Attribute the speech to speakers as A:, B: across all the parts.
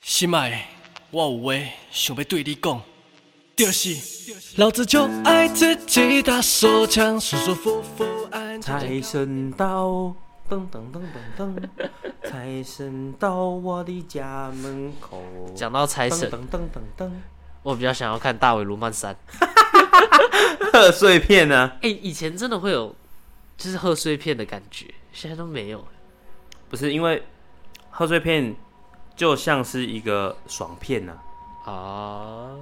A: 即摆我有话想要对你讲，就是老子就爱自己打手枪，舒舒服服安静。
B: 财神到，噔噔噔噔噔，财神到我的家门口。
C: 讲到财神，
B: 噔噔噔噔
C: 我比较想要看大尾卢曼三。
B: 噔，贺岁片啊呢？
C: 哎、以前真的会有就是贺岁片的感觉，现在都没有了。
B: 不是因为贺岁片就像是一个爽片呢、
C: 啊，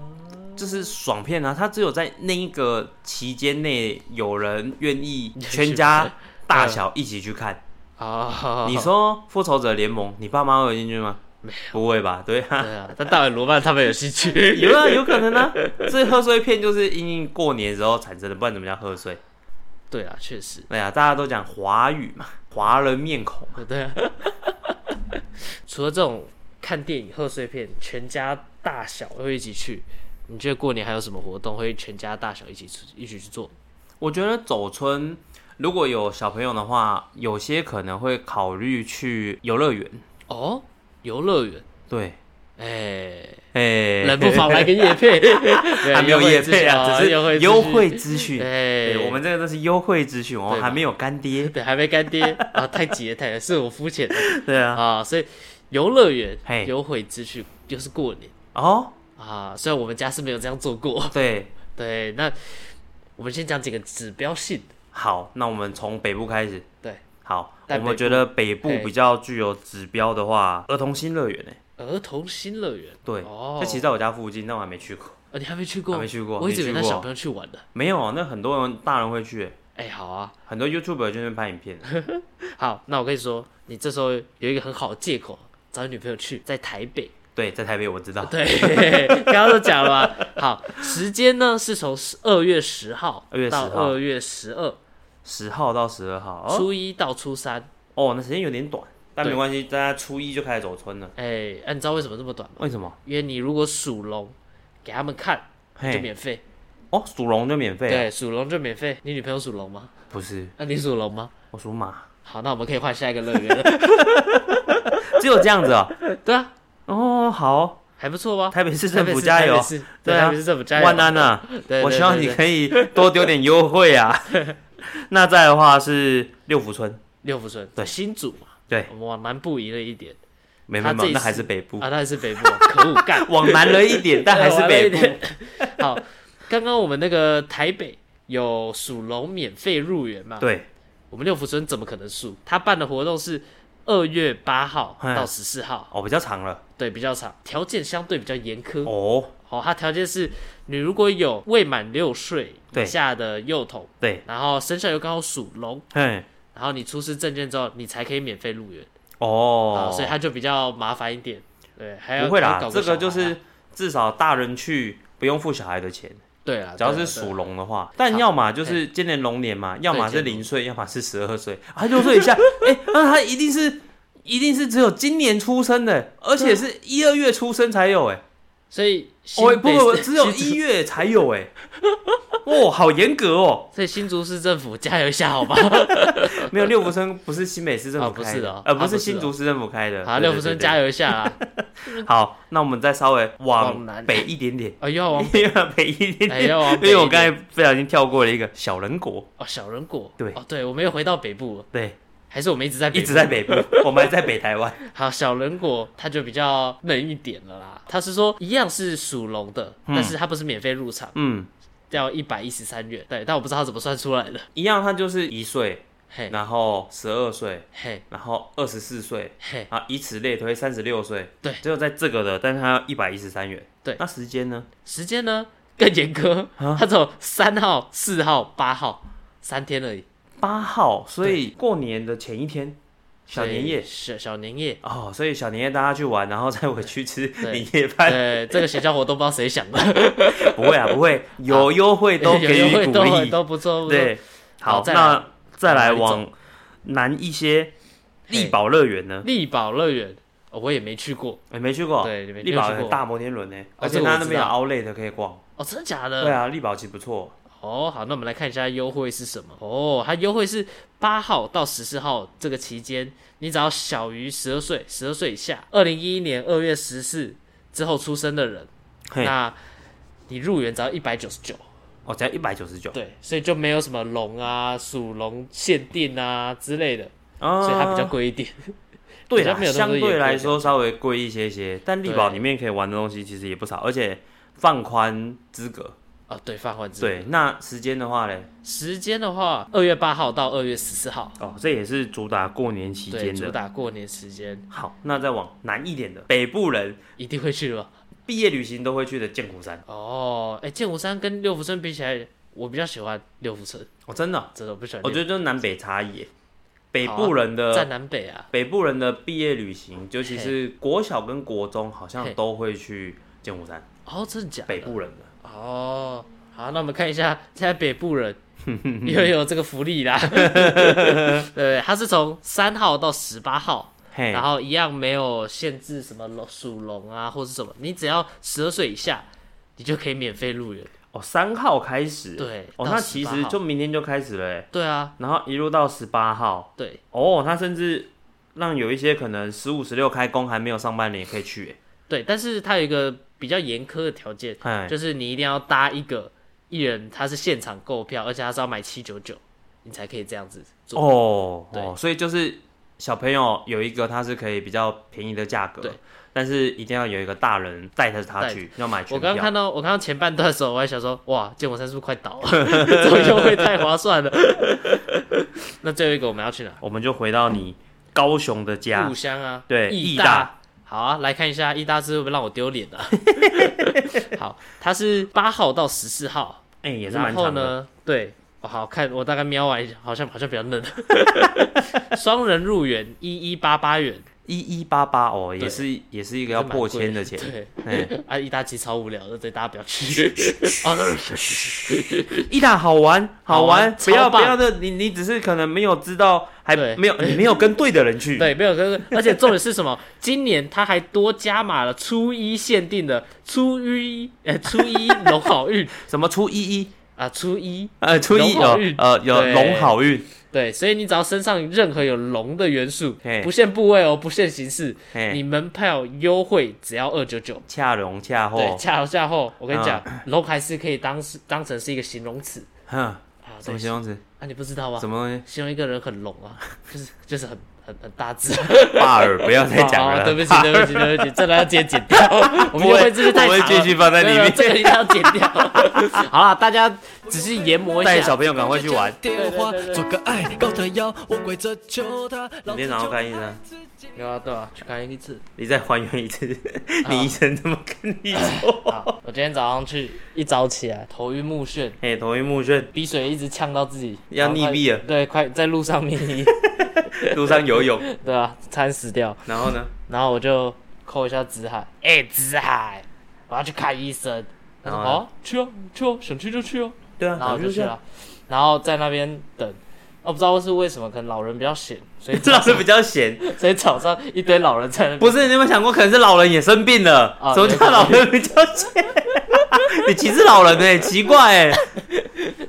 B: 就是爽片啊，它只有在那一个期间内，有人愿意全 家大小一起去看。
C: 啊，
B: 你说《复仇者联盟》，你爸妈会有兴趣吗？不会吧？对啊，
C: 对啊， 但大尾罗曼他 们有兴趣，
B: 有啊，有可能啊。这贺岁片就是因应过年的时候产生的，不然怎么叫贺岁？
C: 对啊，确实，
B: 哎呀，大家都讲华语嘛，华人面孔嘛。
C: 对啊。 除了这种看电影贺岁片，全家大小会一起去，你觉得过年还有什么活动会全家大小一起出一起去做？
B: 我觉得走村如果有小朋友的话，有些可能会考虑去游乐园。
C: 哦，游乐园，
B: 对，
C: 哎、
B: 哎、
C: 冷不防来个叶 配，
B: 还
C: 还
B: 没有业配啊，
C: 哦
B: 只是优惠
C: 资
B: 资讯。
C: 哎
B: 对，我们这个都是优惠资讯，我们
C: 对
B: 还没有干爹
C: 讯，。对，还没干爹啊，太急了，太急了，是我肤浅的
B: 对啊，
C: 啊，所以游乐园
B: 嘿
C: 优惠资讯就是过年
B: 哦，
C: 啊，虽然我们家是没有这样做过，
B: 对，
C: 对，那我们先讲几个指标性的，
B: 好，那我们从北部开始。
C: 对，
B: 好，我
C: 但北
B: 们
C: 部
B: 觉得北部
C: 哎
B: 比较具有指标的话，儿童新乐园欸呢？
C: 儿童新乐园，
B: 对，
C: 哦
B: 这其实在我家附近，但我还没去过。
C: 啊，你还没去过，
B: 还没去过
C: 我一直以
B: 你
C: 为
B: 去
C: 那
B: 过
C: 小朋友去玩的，
B: 没有，那很多人大人会去，
C: 哎，好啊，
B: 很多 YouTuber 就是拍影 片。
C: 好，那我跟你说，你这时候有一个很好的借口，找你女朋友去，在台北。
B: 对，在台北我知道。
C: 对， 刚刚都讲了嘛。好，时间呢是从二月十号
B: 2月10
C: 到
B: 号
C: 二月十二，
B: 十号到十二号，哦，
C: 初一到初三。
B: 哦，那时间有点短，但
C: 对
B: 没关系，大家初一就开始走村了。
C: 哎、啊你知道为什么这么短吗？
B: 为什么？
C: 因为你如果属龙，给他们看就
B: 嘿，
C: 免费。
B: 哦，属龙就免费啊？
C: 对，属龙就免费。你女朋友属龙吗？
B: 不是，
C: 那、你属龙吗？
B: 我属马，
C: 好，那我们可以换下一个乐园 了。
B: 只有这样子啊？
C: 对啊，
B: 哦， 好，
C: 还不错吧？
B: 台北市
C: 台
B: 政
C: 北
B: 府
C: 市
B: 加油
C: 台北！市对，
B: 对啊
C: 台北市政府加油。
B: 万安啊，
C: 对，对
B: 我希望你
C: 以
B: 可以多丢点优惠 啊。那再的话是六福村，
C: 六福村，
B: 对
C: 新竹嘛，
B: 对
C: 我，们往南部移了一点
B: 没
C: 哦他
B: 没
C: 这一
B: 没，
C: 次
B: 那还是北部，
C: 啊，那是 北部啊，可恶干。
B: 往南了一点，但还 是北部。
C: 部。 好，刚刚我们那个台北有属龙免费入园嘛？，
B: 对，
C: 我们六福村怎么可能输？他办的活动是二月八号
B: 哎
C: 到十四号，
B: 哦，比较长了。
C: 对，比较长，条件相对比较严苛。
B: 哦，
C: 哦，它条件是你如果有未满六岁
B: 对
C: 以下的幼童，
B: 对，
C: 然后生肖又刚好属龙，
B: 嘿，
C: 然后你出示证件之后，你才可以免费入园。啊，
B: 哦，
C: 所以它就比较麻烦一点。对，还要
B: 不会
C: 还要
B: 啦
C: 搞，
B: 这
C: 小
B: 个就
C: 孩啊
B: 是至少大人去不用付小孩的钱，
C: 对啊，
B: 只要
C: 对啊
B: 是
C: 对啊
B: 属龙的话，但要么就是今年龙年嘛，要么是
C: 今年
B: 零岁，要么是十二岁，啊，六岁以下，哎，那他一定是一定是只有今年出生的，而且是一二月出生才有，哎。
C: 所以啊新
B: 哦，不
C: 北
B: 不不，
C: 市
B: 只有
C: 新竹
B: 一月才有哎、哦，好严格哦，
C: 所以新竹市政府加油一 下好吗？
B: 没有六福村不是新北市政府
C: 哦不
B: 开
C: 是
B: 的，
C: 哦
B: 呃，
C: 啊
B: 不
C: 不
B: 是
C: 是
B: 新竹市政府开的。
C: 好，六福村加
B: 油！
C: 油一下啊！
B: 好，那我们再稍微往
C: 往南
B: 北一点 点，
C: 啊，又要往
B: 因为往北一点
C: 哎
B: 点，
C: 要往
B: 因
C: 北
B: 为我
C: 一
B: 刚才
C: 点
B: 不小心跳过了一个小人国，
C: 哦小人国，
B: 对
C: 哦，对，我们又回到北部了，
B: 对，
C: 还是我们一直在北
B: 一
C: 部
B: 直在北部，我们还在北台湾。
C: 好小人国，它就比较嫩一点了啦。他是说一样是属龙的，但是它不是免费入场，
B: 嗯，
C: 要一百一十三元。对，但我不知道它怎么算出来的。
B: 一样，他就是一岁，
C: 嘿
B: 然后十二岁，
C: 嘿
B: 然后二十四岁，
C: 嘿，
B: 啊，以此类推，三十六岁。
C: 对
B: 只有在这个的，但是他要一百一十三元。
C: 对
B: 那时间呢？
C: 时间呢更严苛，
B: 啊
C: 它从三号、四号、八号三天而已，
B: 八号，所以过年的前一天，小年夜
C: 所以小小年夜。
B: 哦，所以小年夜大家去玩，然后再回去吃
C: 对
B: 年夜饭，
C: 对，这个学校活动不知道谁想的，
B: 不会 啊，不会，有优惠 都
C: 有
B: 给
C: 优惠
B: 予鼓
C: 都
B: 励，
C: 都不错，不错，
B: 对，好
C: 好，再来
B: 那再来
C: 哪里走
B: 往南一些，
C: 嘿
B: 力宝乐园呢？
C: 力宝乐园、哦我也没去过
B: 哎，没去过，
C: 对没
B: 力宝
C: 没去
B: 有
C: 过哦
B: 大摩天轮呢，而且
C: 这个我
B: 它那边有
C: 知道
B: Outlet 可以逛，
C: 哦，真的假的？
B: 对啊，力宝其实不错，
C: 哦，好，那我们来看一下优惠是什么哦。它优惠是八号到十四号这个期间，你只要小于十二岁、十二岁以下，二零一一年二月十四之后出生的人，
B: 嘿，
C: 那你入园只要一百九十九，
B: 哦，只要一百九十九，
C: 对，所以就没有什么龙啊、属龙限定啊之类的，
B: 啊，
C: 所以它比较贵一点。
B: 对
C: 比较
B: 啦，
C: 没有那么
B: 相
C: 多
B: 对
C: 野
B: 来
C: 贵
B: 说稍微贵一些些，但力宝里面可以玩的东西其实也不少，而且放宽资格。
C: 啊，对，泛换之旅
B: 对，那时间的话嘞，
C: 时间的话，二月八号到二月十四号，
B: 哦，这也是主打过年期
C: 对，
B: 间
C: 主
B: 的。
C: 打过年时间
B: 好，那再往南一点的，北部人
C: 一定会去的吧。
B: 毕业旅行都会去的剑湖山。
C: 哦，哎、剑湖山跟六福村比起来，我比较喜欢六福村，
B: 哦，真的哦，
C: 真的我不喜欢
B: 我
C: 六福。
B: 觉得就是南北差异耶。北
C: 好啊
B: 部人的、
C: 在南北啊，
B: 北部人的毕业旅行，尤其是国小跟国中，好像都会去剑湖山。
C: 哦，真的假的？
B: 北部人的，
C: 哦，好，那我们看一下现在北部人 又有这个福利啦。对，他是从三号到十八号，
B: 嘿
C: 然，后一样没有限制什么龙属龙啊或是什么，你只要十二岁以下，你就可以免费入园。
B: 哦，三号开始，
C: 对
B: 哦，
C: 到
B: 那其实
C: 18号
B: 就明天就开始了耶，
C: 对啊，
B: 然后一路到十八号，
C: 对，
B: 哦，他甚至让有一些可能十五、十六开工还没有上半年也可以去欸耶，
C: 对，但是它有一个比较严苛的条件，
B: 哎，
C: 就是你一定要搭一个一人，他是现场购票，而且他是要买七九九，你才可以这样子做。
B: 哦，
C: 对
B: 哦，所以就是小朋友有一个他是可以比较便宜的价格
C: 对，
B: 但是一定要有一个大人带着他
C: 带
B: 去，要买全
C: 我刚刚
B: 票
C: 看到，我刚刚前半段的时候，我还想说，哇，建国山是不是快 倒了？这种优惠太划算了。 那最后一个我们要去哪？
B: 我们就回到你高雄的家
C: 故，乡啊，
B: 对义
C: 义
B: 大
C: 好啊，来看一下义大是会不会让我 丢脸啊？好，它是八号到十四号，
B: 哎、也是
C: 然
B: 蛮
C: 后
B: 长的，
C: 呢，对，哦、好看，我大概瞄完一下，好像好像比较 嫩。双人入园一一八八元，
B: 一一八八哦，也
C: 对
B: 是也是一个要
C: 还蛮
B: 破
C: 贵
B: 千的钱，
C: 对，
B: 哎。
C: 啊，义大其实超无聊的，对，大家不要去。 哦，
B: 一打好玩，好
C: 好玩
B: 玩，不要
C: 超
B: 不
C: 棒
B: 要的，你你只是可能没有知道，还
C: 对
B: 没有你没有跟对的人去。
C: 对，没有跟，而且重点是什么？今年他还多加码了初一限定的初一，呃，初一龙好运
B: 什么初一一
C: 啊，初一
B: 呃初一
C: 龙好
B: 有
C: 运
B: 呃有
C: 对
B: 龙好运，
C: 对，所以你只要身上任何有龙的元素
B: 嘿，
C: 不限部位哦，不限形式，
B: 嘿哦
C: 你门票优惠只要二九九。
B: 恰龙恰
C: 对，
B: 货，
C: 恰好恰后，我跟你讲，
B: 啊
C: 龙还是可以当是当成是一个形容词
B: 哼，
C: 啊。
B: 什
C: 对
B: 么形容词？
C: 啊？你不知道吗
B: 什？么东西？
C: 形容一个人很龙啊， 就是就是很很很大 只。
B: 巴尔，不要再讲
C: 好
B: 了，
C: 哦对不起，对 不起，对不起，这段要直接剪掉，我们优惠这是太长了，
B: 我会继续放在里面
C: 没有没有 这个一定要剪掉。好了，大家只是研磨一
B: 带
C: 下
B: 小，朋友赶快去玩。
A: 电话
C: 对对对对
A: 做个爱，高抬腰，我跪着求他。
B: 你今天早上看医生，
C: 有啊，对啊，去看一次。
B: 你再还原一次， 你医生怎么跟你说？
C: 好，我今天早上去，一早起来头晕目眩，
B: 嘿，头晕目眩，
C: 鼻水一直呛到自己，
B: 要溺毙了
C: 然后快对，快在路上溺毙，
B: 路上游泳，
C: 对啊，惨死掉。
B: 然后呢？
C: 然后我就扣一下子海，哎、子海，我要去看医生。他说
B: 然后呢
C: 好、去啊，去啊，想去就去啊。
B: 对啊，
C: 然后我就去
B: 这样。
C: 了，然后在那边等。我不知道是为什么，可能老人比较闲，所以
B: 老师比较闲，
C: 所以早上一堆老人在那边。
B: 不是，你有没有想过，可能是老人也生病了？
C: 啊
B: 什么叫老人比较贱？ 你歧视老人呢、 奇怪哎、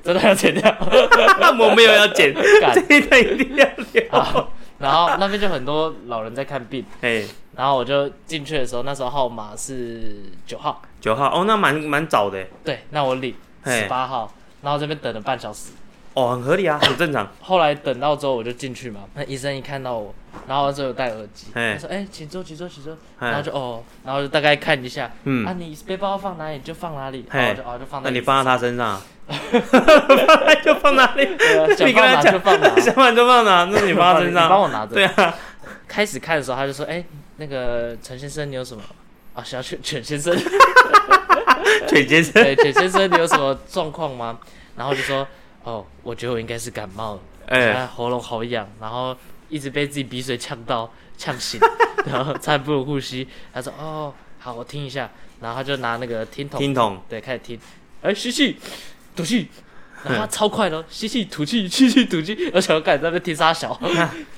C: 真的要 剪掉。
B: 我没有要剪，
C: 干
B: 这一段一定要
C: 好
B: 留。
C: 然后那边就很多老人在看病，
B: 哎，
C: 然后我就进去的时候，那时候号码是九号，
B: 九号哦，那蛮蛮早的欸
C: 对，那我领
B: 嘿
C: 十八号，然后这边等了半小时，
B: 哦，很合理啊，很正常。
C: 后来等到之后我就进去嘛，那医生一看到我，然后就有戴耳机，
B: 嘿
C: 他说：“哎、请坐，请坐，请坐。”
B: 嘿
C: 然后就哦，然后就大概看一下，
B: 嗯
C: 啊，你背包放哪里就放哪里，
B: 嘿
C: 然后就哦就放
B: 哎那
C: 在
B: 你
C: 椅子
B: 放到他身 上啊，放哪就放哪里，
C: 啊
B: 你
C: 想
B: 跟他
C: 放哪就
B: 讲，
C: 放 哪
B: 想放就放哪，那你放他身上，
C: 你帮我拿着
B: 对啊，
C: 开始看的时候，他就说：“哎、那个陈先生，你有什么啊？小 犬犬 先生，
B: 犬先生，
C: 对，犬先生，你有什么状况吗？”然后就说：“哦，我觉得我应该是感冒了，现在
B: 哎，
C: 喉咙好痒，然后一直被自己鼻水呛到 呛醒，然后才不能呼吸。”他说：“哦，好，我听一下。”然后他就拿那个听筒，
B: 听 筒，
C: 对，开始听，哎、吸气，吐 气。然后他超快的哦，吸气吐气，吸气吐气，而且我感觉在那边听沙小，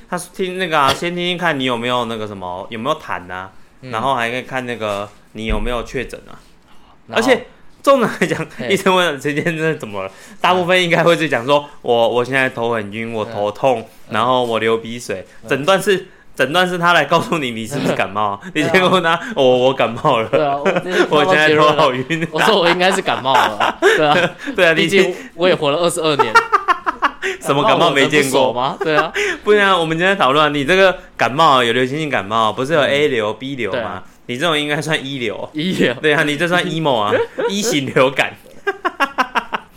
B: 他听那个啊，先听听看你有没有那个什么，有没有痰啊，
C: 嗯
B: 然后还可以看那个你有没有确诊啊。 而且重点来讲，
C: 嘿
B: 医生问陈先生怎么了，大部分应该会
C: 嗯
B: 是讲说，我我现在头很晕，我头痛，然后我流鼻水，诊断是诊断是他来告诉你你是不是感冒啊，你先问他，哦，我感冒
C: 对
B: 了，
C: 啊，我这是
B: 我
C: 跳到
B: 现在
C: 结
B: 头
C: 论
B: 好
C: 了。
B: 晕。
C: 我说我应该是感冒了，对啊，
B: 对 啊，你
C: 毕
B: 已经
C: 竟我也活了二十 二年，
B: 什么感
C: 那
B: 冒
C: 我能
B: 没
C: 不
B: 见过？
C: 熟吗？对啊，
B: 不然我们今天讨论啊你这个感冒啊有流行性感冒，不是有 A 流、B 流
C: 嗯对
B: 吗
C: 啊？
B: 你这种应该算一流。
C: 一流。
B: 对啊，你这 算 emo 啊，一型流感。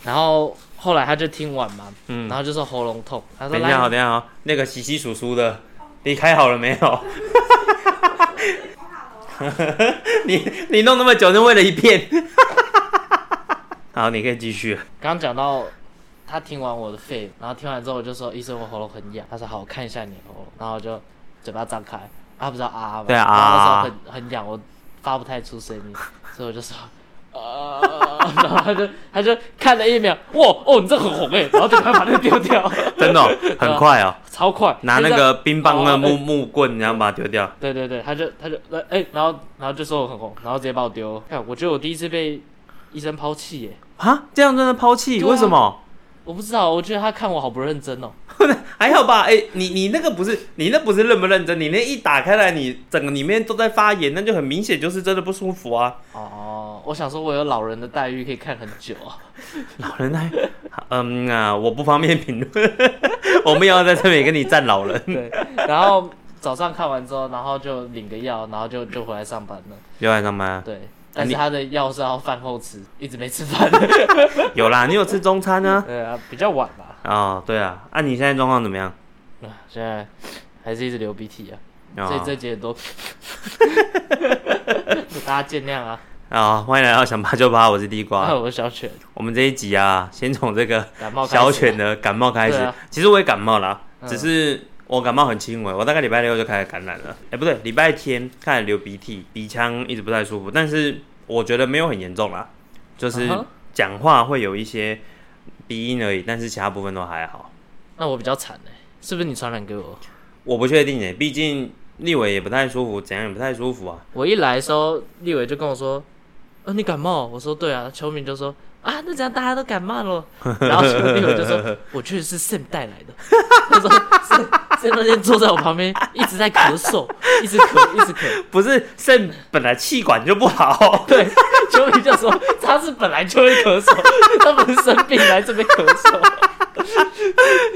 C: 然后后来他就听完嘛，
B: 嗯
C: 然后就说喉咙痛，他说
B: 等一下哦，
C: 来，
B: 等一下哦，那个洗洗叔叔的，你开好了没有？ 你你弄那么久，就为了一片。 好，你可以继续。
C: 刚刚讲到他听完我的肺，然后听完之后我就说医生我喉咙很痒，他说好，我看一下你喉咙，然后我就嘴巴张开，啊他不知道啊嘛，
B: 对啊
C: 然后
B: 啊
C: 那时候很很痒，我发不太出声音，所以我就说。啊，然后他就他就看了一秒，哇哦，你这很红哎，然后就赶快把那个丢掉，啊
B: 真的 哦、很快哦，
C: 超快，
B: 拿那
C: 就这样
B: 个冰棒的
C: 哦
B: 木
C: 哎
B: 木棍，然后把它丢掉。
C: 对对对，他就他就呃哎、然后然后就说我很红，然后直接把我丢。看，我觉得我第一次被医生抛弃耶，
B: 啊，这样真的抛弃？
C: 对啊
B: 为什么？
C: 我不知道，我觉得他看我好不认真哦。
B: 还好吧？哎、你你那个不是你那不是认不认真？你那一打开来，你整个里面都在发炎，那就很明显就是真的不舒服啊。
C: 哦，我想说我有老人的待遇可以看很久啊。
B: 老人爱，嗯啊，我不方便评论，我们也要在这里跟你站老人。
C: 对， 然后早上看完之后，然后就领个药，然后就就回来上班了。
B: 有来上班啊？
C: 对，但
B: 你
C: 是他的药是要饭后吃，一直没吃饭。
B: 有啦，你有吃中餐呢、
C: 对 啊，比较晚
B: 啊？
C: 吧。
B: 哦，对啊，啊，你现在状况怎么样？
C: 啊现在还是一直流鼻涕啊，
B: 啊、
C: 所以这节很 多，大家见谅啊。
B: 啊、欢迎来到想八就八，我是地瓜。
C: 啊， 我是小犬，
B: 我们这一集啊， 先从这个
C: 感冒开始
B: 小犬的感冒开始。
C: 对啊
B: 其实我也感冒啦，
C: 嗯
B: 只是我感冒很轻微，我大概礼拜六就开始感染了。哎、不对，礼拜天开始流鼻涕，鼻腔一直不太舒服，但是我觉得没有很严重啦，就是
C: 嗯哼
B: 讲话会有一些鼻音而已，但是其他部分都还好。
C: 那我比较惨哎、是不是你传染给我？
B: 我不确定诶、毕竟立伟也不太舒服，怎样也不太舒服啊。
C: 我一来的时候，立伟就跟我说：“呃，你感冒？”我说：“对啊。”球迷就说：“啊，那这样大家都感冒了。”然后结果立伟就说：“我觉得是 Sam 带来的。” 他说：“Sam Sam 那天坐在我旁边，一直在咳嗽， 一直咳，一直咳。
B: 不是肾本来气管就不好，”
C: 对，球迷就说：“他是本来就会咳嗽， 他不是生病来这边咳嗽。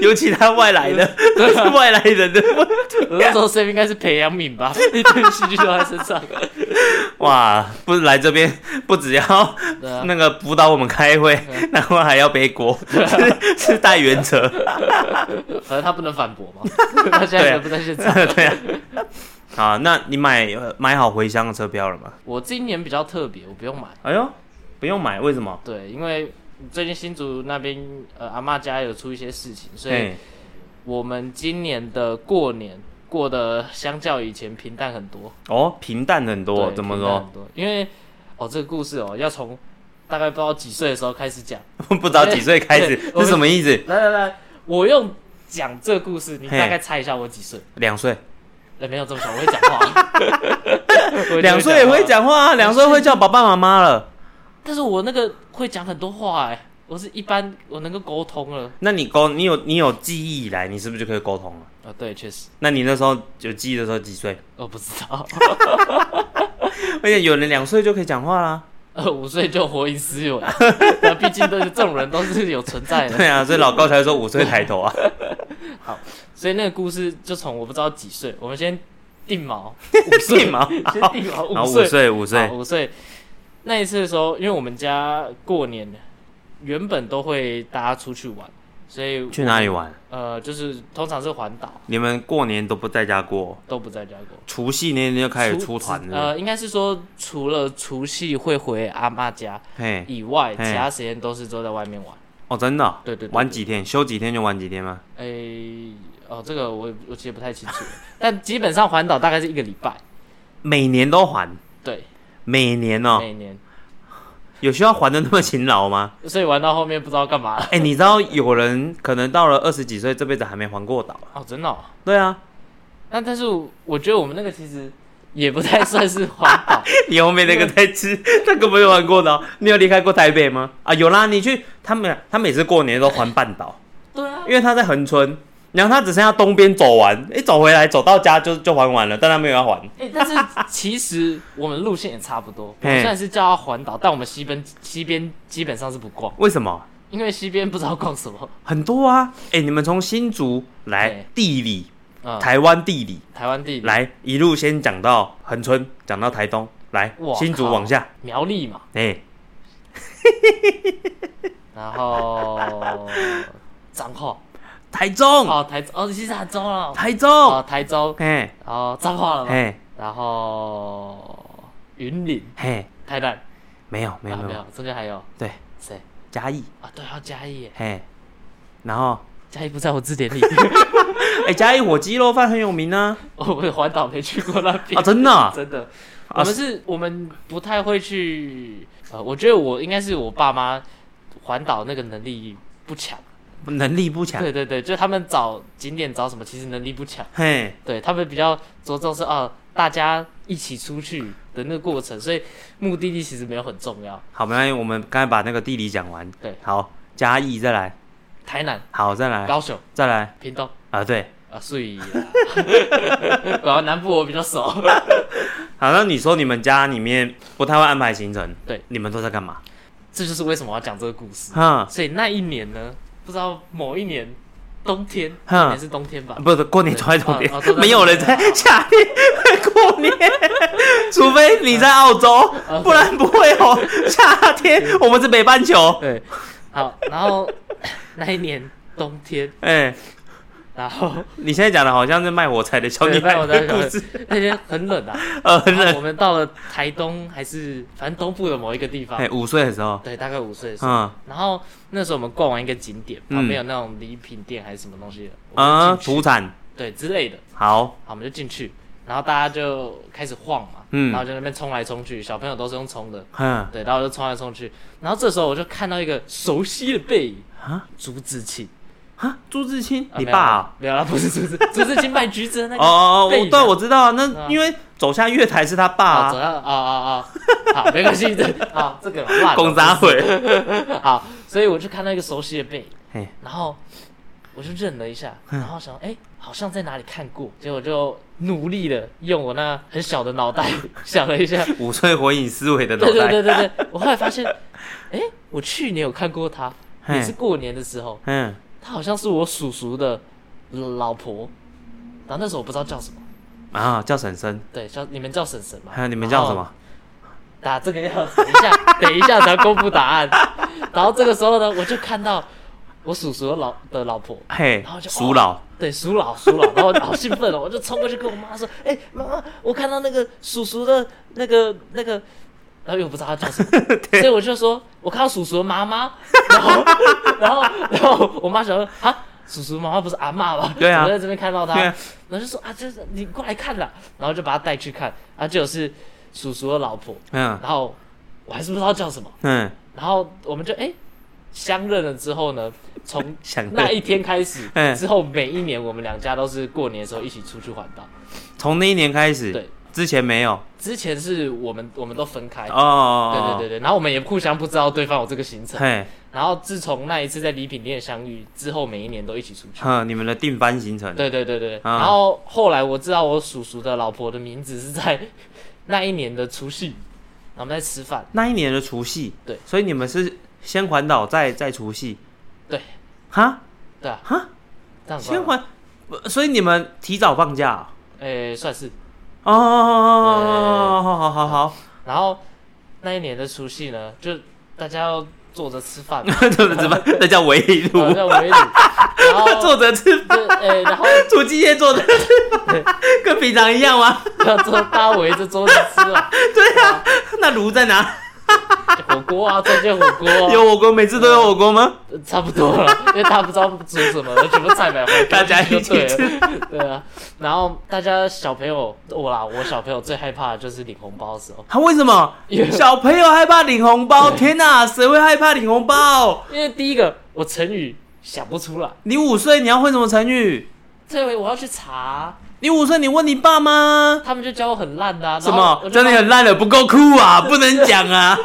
B: 尤其他外来 的，都
C: 啊
B: 是 外来人的。”
C: 我那时候 Sam 应该是培养皿吧， 一堆细菌都在身上。
B: 哇，不是来这边不只要
C: 对啊
B: 那个辅导我们开会，然后还要背 锅，
C: 啊
B: 是是带原则。
C: 反正他不能反驳嘛，他现在人不在现场。
B: 对啊，好，那你买呃买好回乡的车票了吗？
C: 我今年比较特别，我不用买。
B: 哎呦，不用买，为什么？
C: 对，因为最近新竹那边呃阿嬷家有出一些事情，所以
B: 哎，
C: 我们今年的过年过得相较以前平淡很多。
B: 哦，平淡很多，
C: 对
B: 怎么？
C: 平淡
B: 说
C: 很？多因为哦这个故事哦要从大概不知道几岁的时候开始讲。
B: 不知道几岁开始
C: 对我
B: 是
C: 们
B: 什么意思？
C: 来来来，我用讲这个故事，你
B: 嘿
C: 大概猜一下我几岁？
B: 两岁，
C: 呃，没有这么小，我会讲话。啊我一 定
B: 两岁也
C: 话啊
B: 会，讲话啊，两岁会叫爸爸妈妈了。
C: 但是我那个会讲很多话哎、我是一般我能够沟通了
B: 那你沟，你有你有记忆以来，你是不是就可以沟通了？
C: 啊，对，确实
B: 那你那时候有记忆的时候几岁？
C: 我不知道。
B: 而且有人两岁就可以讲话啦。
C: 呃，五岁就活隐私有，那毕竟都是这种人都是有存在的，
B: 对 啊，所以老高才会说五岁抬头啊。
C: 所以那个故事就从我不知道几岁，我们先定锚啊五岁
B: 定锚
C: 先定
B: 然
C: 锚
B: 后
C: 五
B: 五
C: 岁，
B: 岁，五
C: 好
B: 岁，
C: 五岁。那一次的时候，因为我们家过年原本都会大家出去玩，所以
B: 去哪里玩？
C: 呃，就是通常是环岛
B: 你们过年都不在家过，
C: 都不在家过。
B: 除夕那天就开始出团了。
C: 呃，应该是说除了除夕会回阿妈家
B: 嘿，
C: 以外，
B: 嘿
C: 其他时间都是都在外面玩。
B: 哦，真的哦，
C: 对对对
B: 玩几天，休几天就玩几天吗？
C: 诶、哦，这个我我记得不太清楚， 但基本上环岛大概是一个礼拜，
B: 每年都还，
C: 对，
B: 每年哦，
C: 每年，
B: 有需要还的那么勤劳 吗？
C: 所以玩到后面不知道干嘛了。
B: 哎，你知道有人可能到了二十几岁，这辈子还没还过岛。
C: 哦，真的、哦？
B: 对啊，
C: 那但是我我觉得我们那个其实也不太算是环岛，
B: 你后面那个在吃，那个没有玩过岛。你有离开过台北吗？啊，有啦，你去他们，他每次过年都还半岛，
C: 对啊，
B: 因为他在恒春，然后他只剩下东边走完，一走回来走到家就就还完了，但他没有要还。
C: 哎、但是其实我们路线也差不多。我
B: 嘿
C: 们虽然是叫它环岛，但我们西边西边基本上是不逛，
B: 为什么？
C: 因为西边不知道逛什么。
B: 很多啊！哎、你们从新竹来
C: 对
B: 地理，
C: 嗯，
B: 台湾地理
C: 台湾地理
B: 来一路先讲到恒春，讲到台东，来
C: 哇
B: 新竹
C: 靠
B: 往下，
C: 苗栗嘛，
B: 哎、
C: 然后 彰化
B: 台中，
C: 哦台哦其实台中了
B: 台中
C: 哦，台中，
B: 嘿，
C: 然后彰化了嘛，
B: 嘿，
C: 然后云林
B: 嘿，
C: 台南
B: 没有，没有，
C: 啊
B: 没
C: 没
B: 有
C: 有，这个还有
B: 对，
C: 谁
B: 嘉义，
C: 啊？对，还有嘉义耶，
B: 嘿，然后，
C: 嘉义不在我 字典里，
B: 哎、嘉义火鸡肉饭很有名啊，
C: 我们环岛没去过那边
B: 啊真的啊
C: 真的，
B: 啊
C: 我们是我们不太会去，呃，我觉得我应该是我爸妈环岛那个能力不强，
B: 能力不强
C: 对，对对，就他们找景点找什么，其实能力不强。
B: 嘿，
C: 对他们比较着重是啊，大家一起出去的那个过程，所以目的地其实没有很重要。
B: 好，没关系，我们刚才把那个地理讲完，
C: 对
B: 好，嘉义再来，
C: 台南、
B: 好，再来，
C: 高雄、
B: 再来，
C: 屏东
B: 啊，对，
C: 啊，所以， 然后南部我比较熟。
B: 好，那你说你们家里面不太会安排行程，
C: 对，
B: 你们都在干嘛？
C: 这就是为什么我要讲这个故事。
B: 哼，
C: 所以那一年呢，不知道某一年冬天，
B: 哼
C: 也是冬天吧，
B: 不是过年都在冬天
C: 哦哦都，在
B: 没有人在夏天过 年，除非你在澳洲，不然不会 哦。夏天我们是北半球，
C: 对，好，然后 那一年冬天，
B: 哎，
C: 然后
B: 你现在讲的好像是卖火柴的小女
C: 对，
B: 孩
C: 不然我
B: 的
C: 在
B: 故事，
C: 那天很冷啊，
B: 呃， 很
C: 然后
B: 冷。
C: 我们到了台东还是反正东部的某一个地方
B: 哎，，五岁的时候，
C: 对，大概五岁的时候。
B: 嗯
C: 然后那时候我们逛完一个景点，
B: 嗯
C: 旁边有那种礼品店还是什么东西的，我
B: 啊，
C: 们就进
B: 土
C: 去，
B: 产
C: 对之类的，
B: 好，
C: 好，我们就进去，然后大家就开始晃嘛，
B: 嗯
C: 然后就在那边冲来冲去，小朋友都是用冲的，
B: 哼，
C: 对，然后就冲来冲去，然后这时候我就看到一个熟悉的背影，
B: 啊
C: 朱自清，
B: 啊，朱自清
C: 啊，
B: 你
C: 没有
B: 爸啊？
C: 没有啦，不是朱自，朱自清卖橘子的那
B: 哦
C: 个，
B: 哦，哦
C: 背影
B: 我
C: 啊
B: 对，我知道啊，那
C: 啊
B: 因为走下月台是他爸
C: 啊，走
B: 啊，
C: 到啊啊啊，好，没关系，这啊这个 烂了，
B: 拱杂毁，
C: 好，所以我就看到一个熟悉的背影。
B: 嘿，
C: 然后我就认了一下，
B: 嗯
C: 然后想，哎、好像在哪里看过，结果就努力的用我那很小的脑袋 想了一下，
B: 五岁火影思维的脑
C: 对对对
B: 袋，
C: 对对，我后来发现，哎、我去年有看过他，
B: 嘿
C: 也是过年的时候，
B: 嗯，
C: 他好像是我叔叔的老婆，然后那时候我不知道叫什么，
B: 啊，叫婶婶，
C: 对，叫你们叫婶婶嘛，
B: 还有你们叫什么？？
C: 打这个要等一下，等一下才公布答案。然后这个时候呢，我就看到我叔叔的老的老婆，
B: 嘿
C: 然后，就
B: 鼠老
C: 哦，对，叔老叔老，然后我好兴奋哦，我就冲过去跟我妈说：“哎、妈妈，我看到那个叔叔的那个那个，然后又不知道他叫什么， 所以我就说我看到叔叔的妈妈，然后然后然后我妈想说啊。”叔叔妈妈不是阿嬷吗？
B: 对啊
C: 我在这边看到他，
B: 对啊
C: 然后就说啊，就是你过来看啦，然后就把他带去看，啊，就是叔叔的老婆，
B: 嗯
C: 然后我还是不知道叫什么，
B: 嗯，
C: 然后我们就哎、相认了之后呢，从
B: 相认
C: 那一天开始
B: 哎，
C: 之后每一年我们两家都是过年的时候一起出去环岛。
B: 从那一年开始，
C: 对，
B: 之前没有
C: 之前是我们我们都分开，对
B: 哦，
C: 对对对，然后我们也互相不知道对方有这个行程。
B: 嘿，
C: 然后自从那一次在礼品店相遇之后，每一年都一起出去。
B: 哼，你们的定番行程，
C: 对对对对，
B: 啊
C: 然后后来我知道我叔叔的老婆的名字是在那一年的除夕，然后我们在吃饭，
B: 那一年的除夕，
C: 对
B: 所以你们是先环岛，再再除夕，
C: 对
B: 哈，
C: 对啊，
B: 哈，
C: 这样
B: 先
C: 换，
B: 环，不所以你们提早放假啊，
C: 诶，算是。
B: 哦，好好好好，
C: 然后那一年的除夕呢，就大家要坐着吃 饭嘛，
B: 这不怎么，那叫围
C: 然后
B: 炉，
C: 在围炉，然后
B: 坐着吃，
C: 就呃、然后
B: 除夕夜坐着吃
C: 对，
B: 跟平常一样吗？
C: 要坐大家围着桌子吃嘛，
B: 那炉在哪？
C: 火锅啊，再见火锅、啊，
B: 有火锅，每次都有火锅吗？
C: 呃差不多了，因为他不知道煮什么，全部菜买回来，
B: 大家一起
C: 就对了，对啊，然后大家小朋友，我啦，我小朋友最害怕的就是领红包的时候，
B: 他为什么
C: 因为
B: 小朋友害怕领红包？天哪，谁会害怕领红包？
C: 因为第一个我成语想不出来，
B: 你五岁你要会什么成语？
C: 这回我要去查，
B: 你五岁你问你爸妈
C: 他们就教我很烂的、啊，然后
B: 什么
C: 我？就
B: 真的
C: 把
B: 很烂了，不够酷啊，不能讲啊，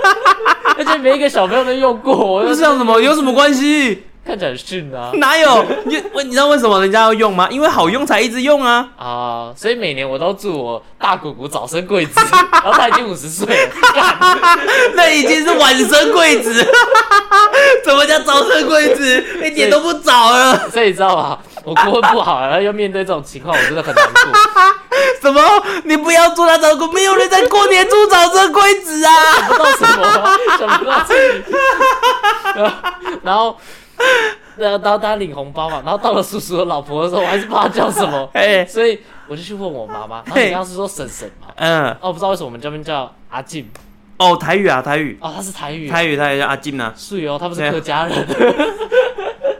C: 而且每一个小朋友都用过，我
B: 不
C: 就是
B: 像什么有什么关系？
C: 看起来很逊啊
B: 哪有？你我你知道为什么人家要用吗？因为好用才一直用啊。
C: 啊！所以每年我都祝我大姑姑早生贵子，然后她已经五十岁了，干
B: 那已经是晚生贵子， 怎么叫早生贵子？一点都不早啊了。
C: 所以你知道吗？我过问不好，然后又面对这种情况，我真的很难过。
B: 什么？你不要祝他早生，没有人在过年祝早生贵子 啊！
C: 想不到什么，想不到这里。然后，然后，然后大家领红包嘛，然后到了叔叔的老婆的时候，我还是不知道叫什么，
B: 哎
C: 所以我就去问我妈妈，然后你刚刚是说婶婶嘛？
B: 嗯，
C: 哦，我不知道为什么我们这边叫阿静，
B: 哦，台语啊，台语，
C: 哦，她是台语，
B: 台语，台语叫阿金呐、啊。
C: 是哦，她不是
B: 对
C: 客家 人，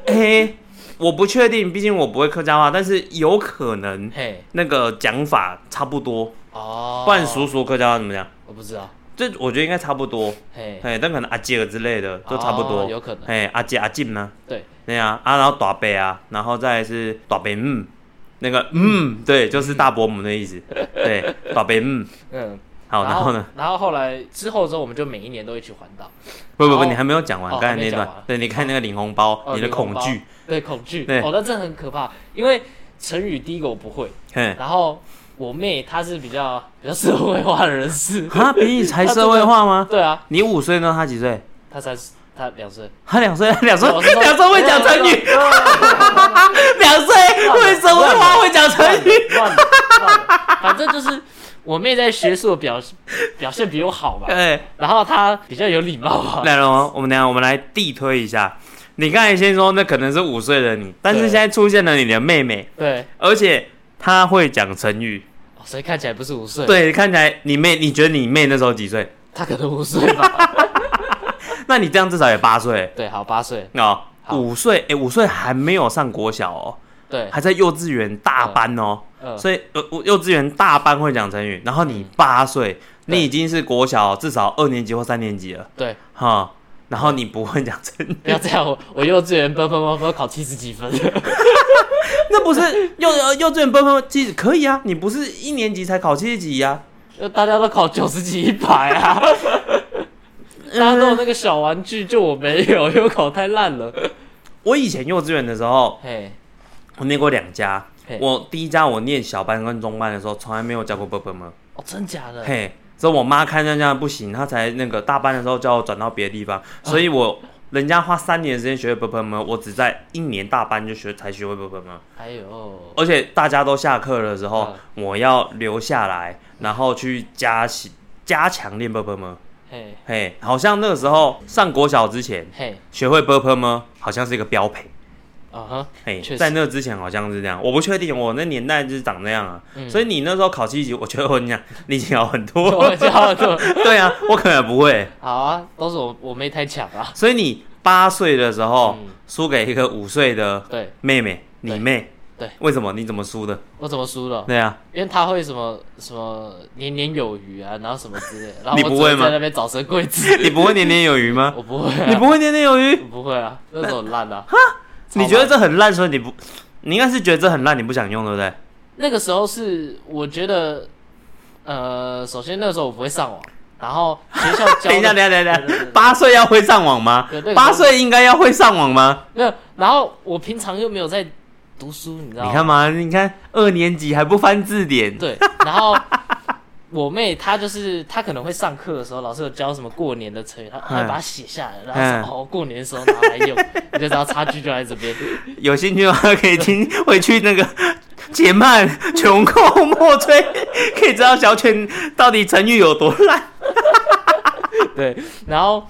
B: 嘿、我不确定，毕竟我不会客家话，但是有可能
C: 嘿，
B: 那个讲法差不多。
C: 哦，
B: 不然叔叔客家话怎么讲？
C: 我不知道，
B: 这我觉得应该差不多。
C: 嘿，
B: 哎，但可能阿姐之类的都差不多，
C: 哦有可能
B: 哎，阿姐阿进呢？
C: 对，
B: 对啊，啊，然后大伯啊，然后再来是大伯嗯，那个嗯，对，就是大伯母的 意思。对，大伯嗯，
C: 嗯，
B: 好，然后呢？？
C: 然后后来之后之后，我们就每一年都一起环岛，
B: 不不不，
C: 然后
B: 你还没有讲完
C: 哦
B: 刚才
C: 还没
B: 那
C: 讲
B: 段
C: 完。
B: 对，你看那个领红包，你
C: 哦
B: 的
C: 领红
B: 恐
C: 包
B: 惧，
C: 对，恐惧，
B: 对
C: 哦，那真的很可怕，因为成语第一个我不会。
B: 嘿，
C: 然后我妹她是比较比较社会化的人士，
B: 啊，比你才社会化吗？
C: 对啊，
B: 你五岁呢，他几岁？
C: 她才她两岁，啊
B: 他两岁，两岁，
C: 我是说
B: 两岁会讲成语，两岁会社会化，会讲成语。
C: 乱了乱了，反正就是我妹在学术的表表现比我好吧，
B: 哎，
C: 然后她比较有礼貌啊，
B: 来了哦，我们等一下我们来地推一下。你刚才先说那可能是五岁的你，但是
C: 对
B: 现在出现了你的妹妹，
C: 对，
B: 而且她会讲成语。
C: 哦所以看起来不是五岁，，
B: 对，看起来你妹，你觉得你妹那时候几岁？
C: 她可能五岁吧，
B: 那你这样至少也八岁
C: 对，好八岁，
B: 哦。
C: 好
B: 五岁，哎，五岁还没有上国小哦，
C: 对，
B: 还在幼稚园大班哦，
C: 嗯，
B: 所以呃，我幼稚园大班会讲成语，然后你八岁，
C: 对
B: 你已经是国小至少二年级或三年级了，
C: 对，
B: 哈，然后你不会讲成语，
C: 不要这样，我我幼稚园分分分分考七十几分，
B: 那不是幼呃幼稚园分分其实可以啊，你不是一年级才啊考七十几呀、
C: 大家都考九十几一百 啊。大家都有那个小玩具，就我没有，因为我考太烂 了。
B: 我以前幼稚园的时候，
C: 嘿，
B: 我念过两家
C: 嘿，
B: 我第一家我念小班跟中班的时候，从来没有教过波波吗？
C: 哦，真假的？
B: 嘿，所以我妈看那这样不行，她才那个大班的时候叫我转到别的地方，所以我。人家花三年的时间学会波波吗？我只在一年大班就学才学会波波吗？
C: 哎呦，
B: 而且大家都下课的时候，我要留下来，然后去加习加强练波波吗？
C: 嘿，
B: 嘿，好像那个时候上国小之前
C: 嘿，
B: 学会 b u r p e 吗？好像是一个标配。
C: 啊 哈，
B: 嘿，
C: 确实
B: 在那之前好像是这样，我不确定，我那年代就是长那样啊。
C: 嗯
B: 所以你那时候考七级，我觉得我跟你 讲，你已经好很多
C: 我。叫做
B: 对啊，我可能不会。
C: 好啊，都是我我妹太强啊了。
B: 所以你八岁的时候
C: 嗯
B: 输给一个五岁的
C: 对
B: 妹妹，你妹。
C: 对哦
B: 为什么？你怎么输的？
C: 我怎么输了？
B: 对啊，
C: 因为她会什么什么年年有余啊，然后什么之类的，然后
B: 你
C: 我
B: 不
C: 只
B: 会
C: 能
B: 吗
C: 在那边早生贵子，
B: 你不会年年有余吗？
C: 我不会、啊，
B: 你不会年年有余？
C: 我不会啊，那时候很烂啊。超
B: 你觉得
C: 烂
B: 这很烂，所以你不，你应该是觉得这很烂，你不想用，对不对？
C: 那个时候是我觉得，呃，首先那个时候我不会上网，然后学校 教
B: 等一下，
C: 的
B: 等一下，等
C: 对
B: 一
C: 对
B: 下
C: 对，
B: 八岁要会上网吗
C: 对那个？
B: 八岁应该要会上网吗？
C: 没有，然后我平常又没有在读书，你知道吗？
B: 你看嘛，你看二年级还不翻字典，
C: 对，然后我妹她就是她可能会上课的时候，老师有教什么过年的成语，她她
B: 嗯
C: 会把它写下来，然后说哦过年的时候拿来用，你就知道差距就在这边。
B: 有兴趣的话可以听回去那个 杰曼穷寇莫追， 可以知道小犬到底成语有多 烂。
C: 对，然后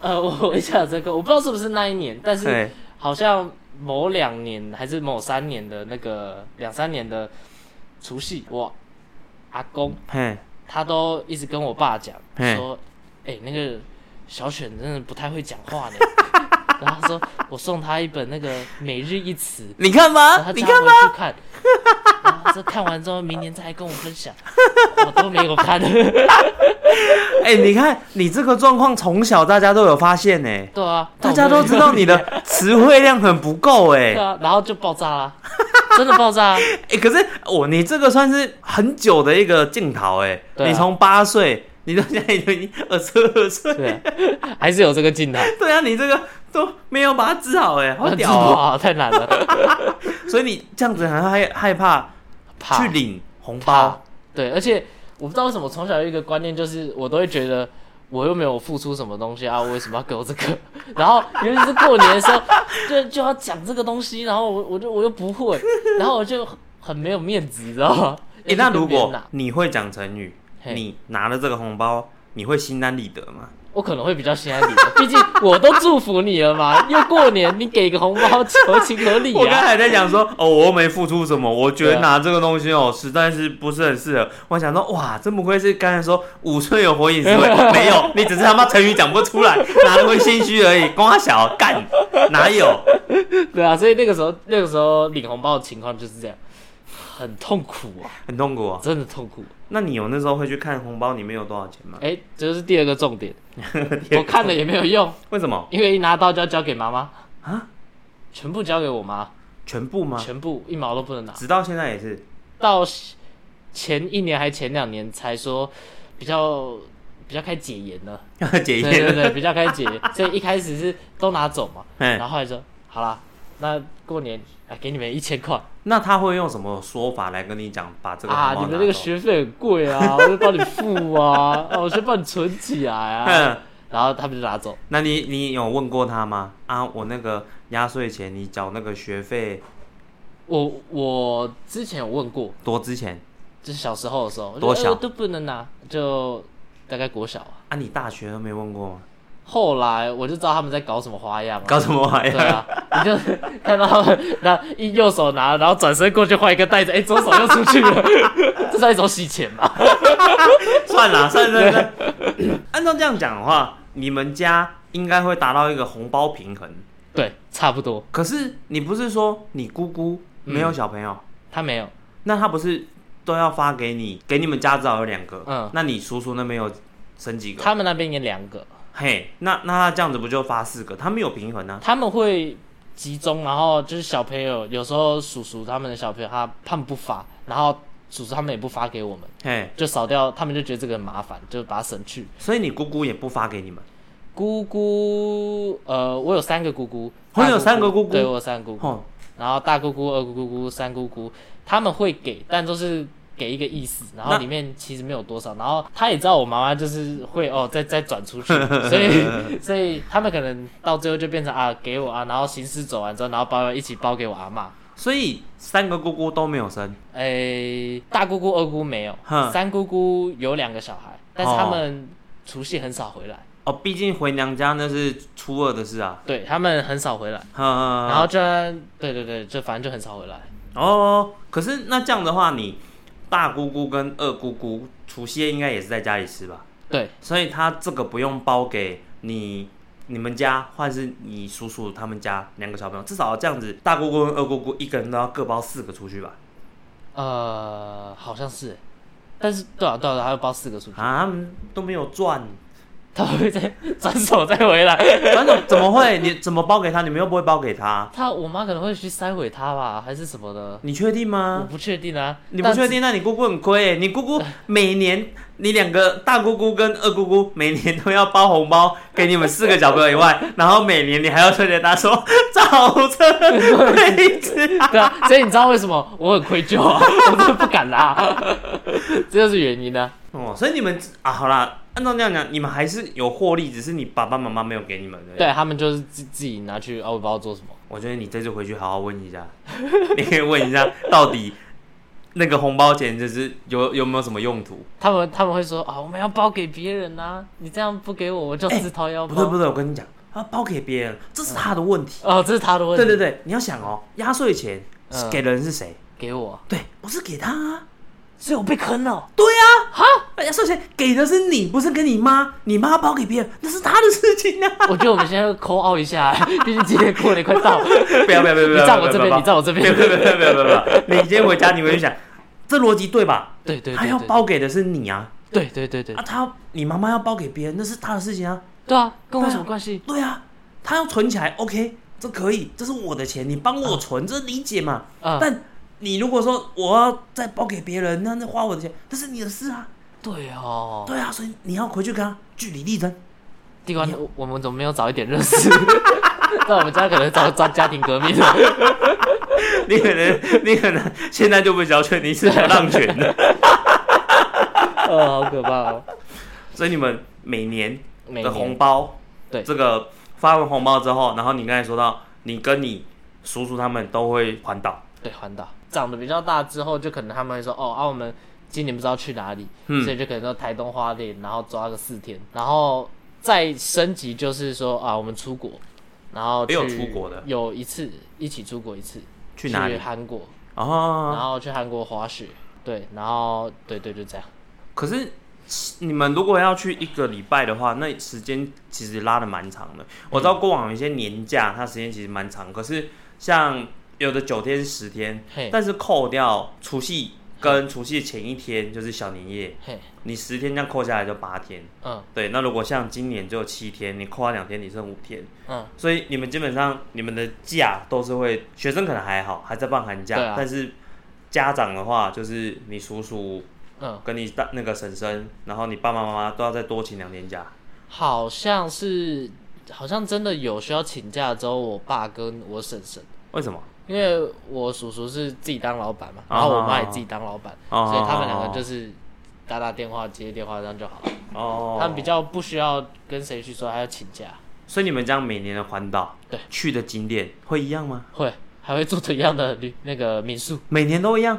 C: 呃，我回想这个，我不知道是不是那一年，但是
B: 对，
C: 好像某两年还是某三年的那个两三年的除夕，我阿公
B: 嘿，
C: 他都一直跟我爸讲
B: 嘿
C: 说，哎、那个小犬真的不太会讲话呢。 然后他说我送他一本那个每日一词，
B: 你看
C: 然
B: 吧
C: 后，啊他
B: 你
C: 叫
B: 看
C: 他
B: 吧，
C: 回去看。然后他说看完之后，明年再来跟我分享。我都没有看， 对
B: 哎，你看你这个状况，从小大家都有发现呢，
C: 啊，
B: 大家都知道 你的词汇量很不够哎
C: 对。啊，然后就爆炸啦， 真的爆炸啊，
B: 哎、可是我你这个算是很久的一个镜头哎、
C: 对啊
B: 你从八岁，你到现在已经二十二岁，
C: 对啊，还是有这个镜头。
B: 对啊，你这个都没有把它治好哎、好屌哦、
C: 哇，太难了，
B: 所以你这样子很害害怕
C: 怕
B: 去领红
C: 怕
B: 包，
C: 啊对，而且我不知道为什么从小有一个观念，就是我都会觉得我又没有付出什么东西啊，我为什么要给我这个？ 然后尤其是过年的时候， 就就要讲这个东西，然后我我就我又不会，然后我就很没有面子，你知道 吗？
B: 哎、那如
C: 要去跟别人
B: 果
C: 拿
B: 你会讲成语，
C: 啊嘿
B: 你拿了这个红包，你会心安理得吗？
C: 我可能会比较心安理得，毕竟我都祝福你了嘛，又过年，你给个红包， 合情合 理
B: 我刚才
C: 啊。
B: 还在讲 说，哦，我又没付出什么，我觉
C: 对
B: 得
C: 啊
B: 拿这个东西哦，实在是不是很适合。我想说，哇，真不愧是刚才说五岁有火影思 维，没有，你只是他妈成语讲不出来，拿了会心虚而已，光小干，哪有？
C: 对啊，所以那个时候，那个时候领红包的情况就是这样，很痛苦啊，
B: 很痛苦啊。
C: 真的痛苦。
B: 那你有那时候会去看红包里面有多少钱吗？
C: 哎、这就是 第二个重点，我看了也没有用，
B: 为什么
C: 因为一拿到就要交给妈妈，
B: 啊？
C: 全部交给我妈，
B: 全部吗？
C: 全部一毛都不能拿。
B: 直到现在也是。
C: 到前一年还前两年才说比较比较开始解严了。
B: 解
C: 对对
B: 严
C: 对，比较开解，所以一开始是都拿走嘛，
B: 嗯
C: 然后后来说好啦，那过年啊给你们一千块
B: 那他会用什么说法来跟你讲把这个
C: 啊，
B: 红包
C: 你们
B: 拿
C: 那个
B: 走
C: 学费很贵啊，我就帮你付啊， 啊我先帮你存起来啊
B: 嗯，
C: 然后他们就拿走，
B: 那你你有问过他吗？啊，我那个压岁钱你缴那个学费
C: 我我之前有问过，
B: 多之前
C: 就是小时候的时候，我就
B: 多
C: 哎
B: 小
C: 我都不能拿，就大概国小啊。
B: 啊，你大学都没问过吗？
C: 后来我就知道他们在搞什么花样 了、
B: 搞什么玩意
C: 对
B: 儿？
C: 啊，你就 看到他们拿一右手拿，然后转身过去换一个袋子，哎、左手又出去了， 这算一种洗钱嘛？
B: 算了算了算了。 按照这样讲的话，你们家应该会达到一个红包平衡。
C: 对，差不多。
B: 可是你不是说你姑姑没有小朋友，
C: 他没有，
B: 那他不是都要发给你？给你们家至少有两个，
C: 嗯
B: 那你叔叔那边有生几个？
C: 他们那边也两个，
B: 嘿，那那他这样子不就发四个？他没有平衡啊。
C: 他们会集中，然后就是小朋友，有时候叔叔他们的小朋友他他们不发，然后叔叔他们也不发给我们，
B: 嘿，
C: 就扫掉，他们就觉得这个很麻烦，就把它省去。
B: 所以你姑姑也不发给你们，
C: 姑姑，呃，我有三个姑姑，
B: 哦
C: 大
B: 你有三个姑姑
C: 对我有三个姑姑，
B: 哦，
C: 然后大姑姑、二姑姑、三姑姑，他们会给，但都是给一个意思，然后
B: 那
C: 里面其实没有多少，然后他也知道我妈妈就是会哦，再再 转出去，所以所以他们可能到最后就变成啊给我啊，然后行尸走完之后，然后包一起包给我阿妈。
B: 所以三个姑姑都没有生，
C: 诶，大姑姑、二姑姑没有，
B: 哼
C: 三姑姑有两个小孩，但是
B: 哦
C: 他们除夕很少回来，
B: 哦，毕竟回娘家那是初二的事啊。
C: 对他们很少回来，
B: 嗯，
C: 然后就对对对，就反正就很少回来。
B: 哦，可是那这样的话，你大姑姑跟二姑姑除夕夜应该也是在家里吃吧？
C: 对，
B: 所以他这个不用包给你。你们家或者是你叔叔他们家两个小朋友，至少这样子，大姑姑跟二姑姑一个人都要各包四个出去吧？
C: 呃，好像是欸，但是对啊对啊，对啊他要包四个数据，
B: 啊，他们都没有赚，
C: 他会再转手再回来。
B: 反正怎么会？你怎么包给他？你们又不会包给他？
C: 他我妈可能会去塞回他吧，还是什么的，
B: 你确定
C: 我
B: 吗？
C: 不确定啊。
B: 你不
C: 但
B: 确定？那你姑姑很亏、欸。你姑姑每年，你两个大姑姑跟二姑姑每年都要包红包给你们四个小朋友以 外，然后每年你还要推着他说早车位置。
C: 对啊，所以你知道为什么我很愧疚啊？ 我真的不敢啦、 这就是原因呢、
B: 哦，所以你们啊，好啦，按照这样讲，你们还是有获利，只是你爸爸妈妈没有给你们而已。
C: 对他们就是自自己拿去，啊，我不知道做什么。
B: 我觉得你这次回去好好问一下， 你可以问一下到底那个红包钱就是有有没有什么用途？
C: 他们他们会说啊，我们要包给别人啊，你这样不给我，我就自掏腰
B: 不
C: 包。
B: 对不对，我跟你讲，他包给别人，这是他的问题。
C: 哦，这是他的问题。
B: 对对，对，你要想哦，压岁钱是
C: 嗯
B: 给的人是谁？
C: 给我，
B: 对，不是给他啊。
C: 所以我被坑了。
B: 对啊，哈，压岁钱给的是你，不是给你妈，你妈包给别人，那是他的事情啊。
C: 我觉得我们现在扣凹一 下，毕竟今天过年快到了。
B: 不要不要不要不要！
C: 你站我这边
B: 不要
C: 你站我这边
B: 不要不要不要不要不要！不要 你今天回家，你回去想，这逻辑对吧？
C: 对对对，
B: 他要
C: 对，
B: 包给的是你啊，
C: 对对对对
B: 啊，他要你妈妈要包给别人，那是他的事情啊。
C: 对啊，跟我
B: 对啊
C: 有什么关系？
B: 对啊，他要存起来，OK，这可以，这是我的钱，你帮我存，这理解嘛。
C: 啊
B: 但你如果说我要再包给别人，那那花我的钱，那是你的事啊。
C: 对哦，
B: 对啊，所以你要回去跟他据理力争。
C: 地瓜，我我们怎么没有早一点认识？ 在我们家可能遭遭家庭革命啊了。
B: 你可能 你可能现在就不小犬，你是流浪犬 的。
C: 哦，好可怕哦！
B: 所以你们每年
C: 每
B: 的红
C: 年
B: 包，
C: 对
B: 这个发完红包之后，然后你刚才说到，你跟你叔叔他们都会环岛，
C: 对环岛长得比较大之后，就可能他们会说哦，啊我们今年不知道去哪里，
B: 嗯
C: 所以就可能说台东花莲，然后抓个四天，然后再升级就是说啊我们出国，然后
B: 也有
C: 去
B: 出国的
C: 有一次一起出国一次
B: 去哪里？
C: 韩国，然
B: 哦，
C: 后去韩国滑雪，对，然后对对就这样。
B: 可是你们如果要去一个礼拜的话，那时间其实拉的蛮长
C: 嗯
B: 的。我知道过往有一些年假，它时间其实蛮长，可是像有的九天十天，
C: 嘿
B: 但是扣掉除夕跟除夕前一天就是小年夜，
C: 嘿，
B: 你十天这样扣下来就八天。
C: 嗯
B: 对，那如果像今年只有七天，你扣掉两天，你剩五天，
C: 嗯，
B: 所以你们基本上你们的假都是会，学生可能还好，还在放寒假，
C: 对啊
B: 但是家长的话就是你叔叔
C: 嗯，
B: 跟你大那个婶婶，然后你爸爸妈妈都要再多请两天假。
C: 好像是好像真的有需要请假之后，我爸跟我婶婶。
B: 为什么？
C: 因为我叔叔是自己当老板嘛，
B: 哦
C: 然后我妈也自己当老板，
B: 哦
C: 所以他们两个就是打打电话、接电话这样就好了。
B: 哦，
C: 他们比，较不需要跟谁去说还要请假，
B: 所以你们这样每年的环岛，
C: 对，
B: 去的景点会一样吗？
C: 会还会住同样的旅那个民宿，
B: 每年都一样，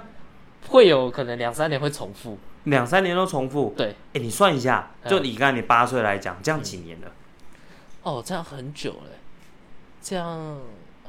C: 会有可能两三年会重复。
B: 两三年都重复。
C: 对，
B: 哎、你算一下，
C: 嗯
B: 就你刚才你八岁来讲，这样几年了？
C: 哦，这样很久了，这样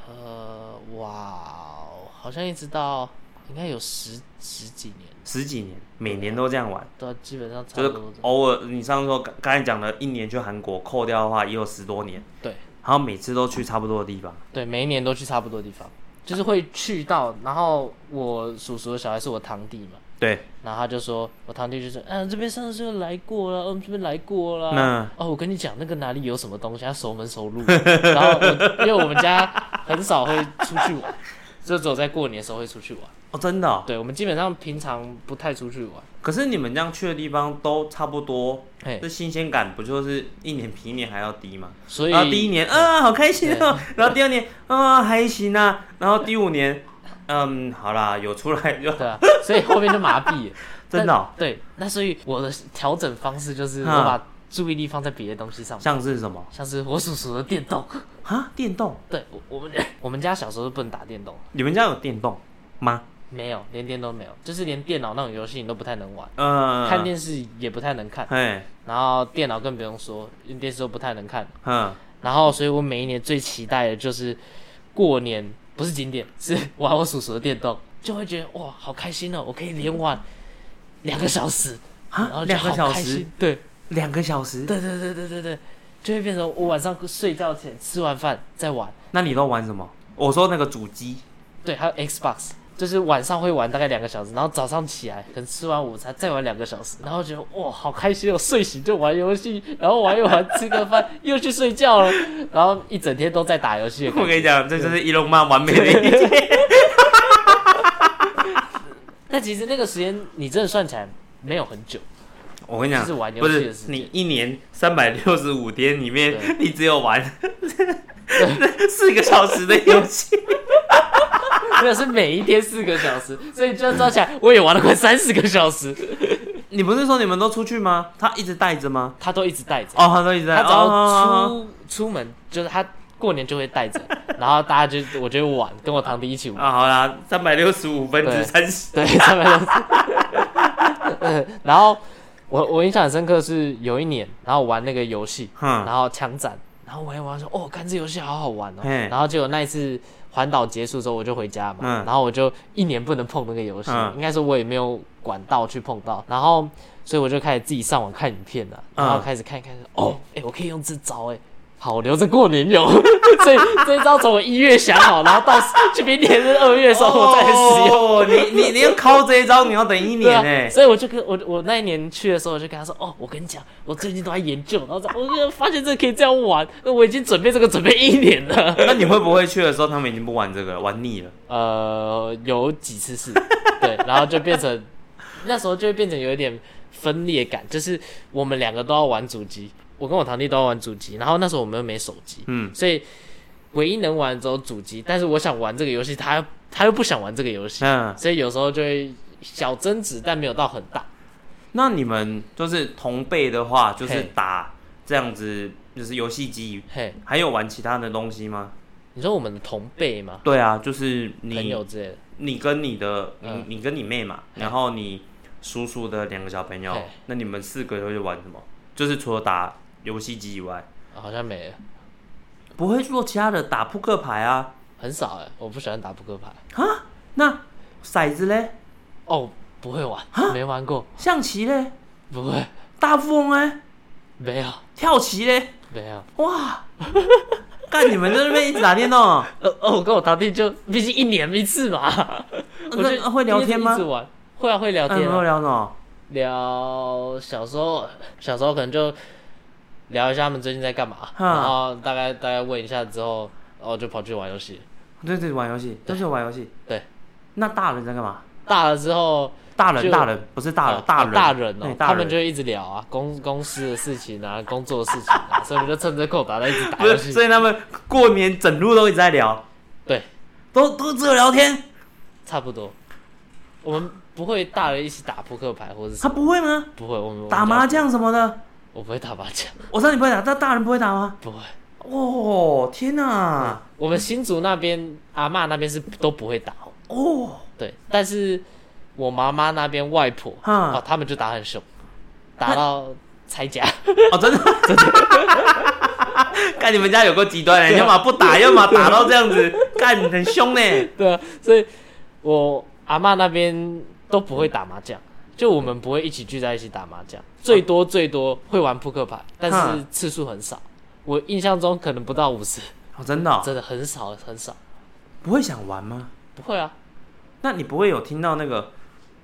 C: 呃，哇哦，好像一直到应该有十十几年，
B: 十几年，每年都这样玩，
C: 都基本啊上差
B: 就
C: 不
B: 是哦
C: 多这样。
B: 偶尔你上次说刚刚才讲的，一年去韩国，扣掉的话也有十多年，
C: 对。
B: 然后每次都去差不多的地方。
C: 对，每一年都去差不多地方，就是会去到。然后我叔叔的小孩是我堂弟嘛，
B: 对，
C: 然后他就说，我堂弟就说，嗯、这边上次就来过了，嗯，这边来过了。
B: 嗯
C: 哦，我跟你讲，那个哪里有什么东西，他熟门熟路。然后我 因为我们家很少会出去玩，就只有在过年的时候会出去玩。
B: 哦，真的、哦。
C: 对，我们基本上平常不太出去玩。
B: 可是你们这样去的地方都差不多，
C: 嘿
B: 这，新鲜感不就是一年比一年还要低吗？
C: 所以哎
B: 然后第一年啊，好开心哦，然后第二年啊还行啊，然后第五年，嗯，好啦，有出来就
C: 对啊，所以后面就麻 痹了。
B: 真的哦
C: 那对，那所以我的调整方式就是我
B: 嗯
C: 把注意力放在别的东西上面。
B: 像是什么
C: 像是我叔叔的电 动，
B: 啊？电动？
C: 对我我们我们家 小时候是不能打电动，
B: 你们家有电动吗？
C: 没有连电都没有，就是连电脑那种游戏你都不太能玩，
B: 嗯，
C: 看电视也不太能看，
B: 哎，
C: 然后电脑更不用说，连电视都不太能看。
B: 嗯，
C: 然后，所以我每一年最期待的就是过年，不是景点，是玩我叔叔的电动，就会觉得哇，好开心哦，我可以连玩两个小时，然
B: 啊，
C: 后就
B: 两个
C: 好
B: 小
C: 开
B: 时
C: 心，，对，
B: 两个小时，
C: 对对对对对对，就会变成我晚上睡觉前吃完饭再玩。
B: 那你都玩什么？我说那个主机，
C: 对，还有 Xbox，就是晚上会玩大概两个小时，然后早上起来可能吃完午餐再玩两个小时，然后觉得哇好开心哦，睡醒就玩游戏，然后玩一玩吃个饭又去睡觉了，然后一整天都在打游戏的感觉。
B: 我跟你讲，这就是伊隆曼完美的一天。
C: 但其实那个时间你真的算起来没有很久，
B: 我跟你讲，
C: 就是玩游
B: 不
C: 戏的
B: 是
C: 时间
B: 你一年三百六十五天里面
C: 对，
B: 你只有玩 四个小时的游戏。
C: 没有是每一天四个小时，所以这样算起来我也玩了快三十个小时，
B: 你不是说你们都出去吗？他一直带着吗？
C: 他都一直带着。
B: 哦，他都一直带。
C: 他只要出、
B: 哦
C: 出门，就是他过年就会带着，然后大家就我就会玩，跟我堂弟一起玩。
B: 啊，好啦，三百六十五分之三十。
C: 对，三百六十。 嗯然后我我印象很深刻是有一年，然后玩那个游戏，
B: 哼，
C: 然后枪战，然后玩一玩说，哦，看这游戏好好玩哦。
B: 嘿
C: 然后结果那一次环岛结束之后，我就回家嘛，
B: 嗯
C: 然后我就一年不能碰那个游戏，
B: 嗯
C: 应该说我也没有管道去碰到，然后所以我就开始自己上网看影片了，然后
B: 嗯
C: 开始看一看，哦，哎、我可以用这招哎、好，我留着过年用。 所以这一招从我一月想好，然后到去明年是二月的时候我再使用。
B: 哦，你你你要靠这一招，你要等一
C: 对
B: 年
C: 啊，
B: 哎。
C: 所以我就跟我我那一年去的时候，我就跟他说，哦，我跟你讲，我最近都在研究，然后哦我就发现这个可以这样玩，我已经准备这个准备一年了。
B: 那你会不会去的时候，他们已经不玩这个了，玩腻了？
C: 呃，有几次是，对，然后就变成那时候就会变成有一点分裂感，就是我们两个都要玩主机，我跟我堂弟都要玩主机，然后那时候我们又没手机，
B: 嗯
C: 所以唯一能玩的只有主机，但是我想玩这个游戏，他他又不想玩这个游戏，
B: 嗯，
C: 所以有时候就会小争执，但没有到很大。
B: 那你们就是同辈的话，就是
C: 嘿
B: 打这样子，就是游戏机，
C: 嘿，
B: 还有玩其他的东西吗？
C: 你说我们的同辈吗？
B: 对啊，就是
C: 朋友
B: 你
C: 之类的，
B: 你跟你的你
C: 嗯
B: 你跟你妹嘛，
C: 嘿
B: 然后你叔叔的两个小朋友
C: 嘿，
B: 那你们四个会玩什么？就是除了打游戏机以外，
C: 哦好像没了，
B: 不会做其他的，打扑克牌啊，
C: 很少哎、我不喜欢打扑克牌。
B: 啊，那骰子嘞，
C: 哦，不会玩，
B: 啊
C: 没玩过，
B: 象棋嘞，
C: 不会，
B: 大富翁嘞，
C: 没有，
B: 跳棋嘞，
C: 没有。
B: 哇，干你们在那边一直打电动哦，
C: 呃哦，我跟我堂弟就毕竟一年一次嘛，我
B: 那
C: 就
B: 会聊天吗
C: 一直玩，会啊，会聊
B: 哎你
C: 天、
B: 们
C: 啊，
B: 聊什么？
C: 聊小时候，小时候可能就聊一下他们最近在干嘛，
B: 哈
C: 然后大概大概问一下之后，然后就跑去玩游戏。
B: 对对，玩游戏都是玩游戏。
C: 对，
B: 那大人在干嘛？
C: 大了之后，
B: 大人
C: 就
B: 大人不是大
C: 啊
B: 人，大
C: 啊
B: 人
C: 大人
B: 对
C: 哦，
B: 大
C: 他
B: 人
C: 们就一直聊啊，公公司的事情啊， 工作的事情啊，所以我们就趁着空档在一直打
B: 不
C: 游
B: 是，
C: 戏
B: 所。以他们过年整路都一直在聊，
C: 对，
B: 都都只有聊天。
C: 差不多。我们不会大人一起打扑克牌或者是
B: 他不会吗？
C: 不会，我们
B: 打麻，将什么的，
C: 我们家不我不会打麻将，
B: 我知道你不会打，但大人不会打吗？
C: 不会。
B: 哦，天哪、
C: 我们新竹那边阿嬷那边是都不会打哦，
B: 哦，
C: 对，但是我妈妈那边外婆
B: 哈
C: 哦，他们就打很凶，打到拆家。
B: 哦， 真的，真的。看你们家有个极端人，
C: 啊
B: 要么不 打，要么打到这样子，干很凶呢。
C: 对啊，所以我阿嬷那边都不会打麻将，就我们不会一起聚在一起打麻将，最多最多会玩扑克牌，但是
B: 哈
C: 次数很少。我印象中可能不到五十，
B: 哦，真的哦、
C: 真的很少很少。
B: 不会想玩吗？
C: 不会啊，
B: 那你不会有听到那个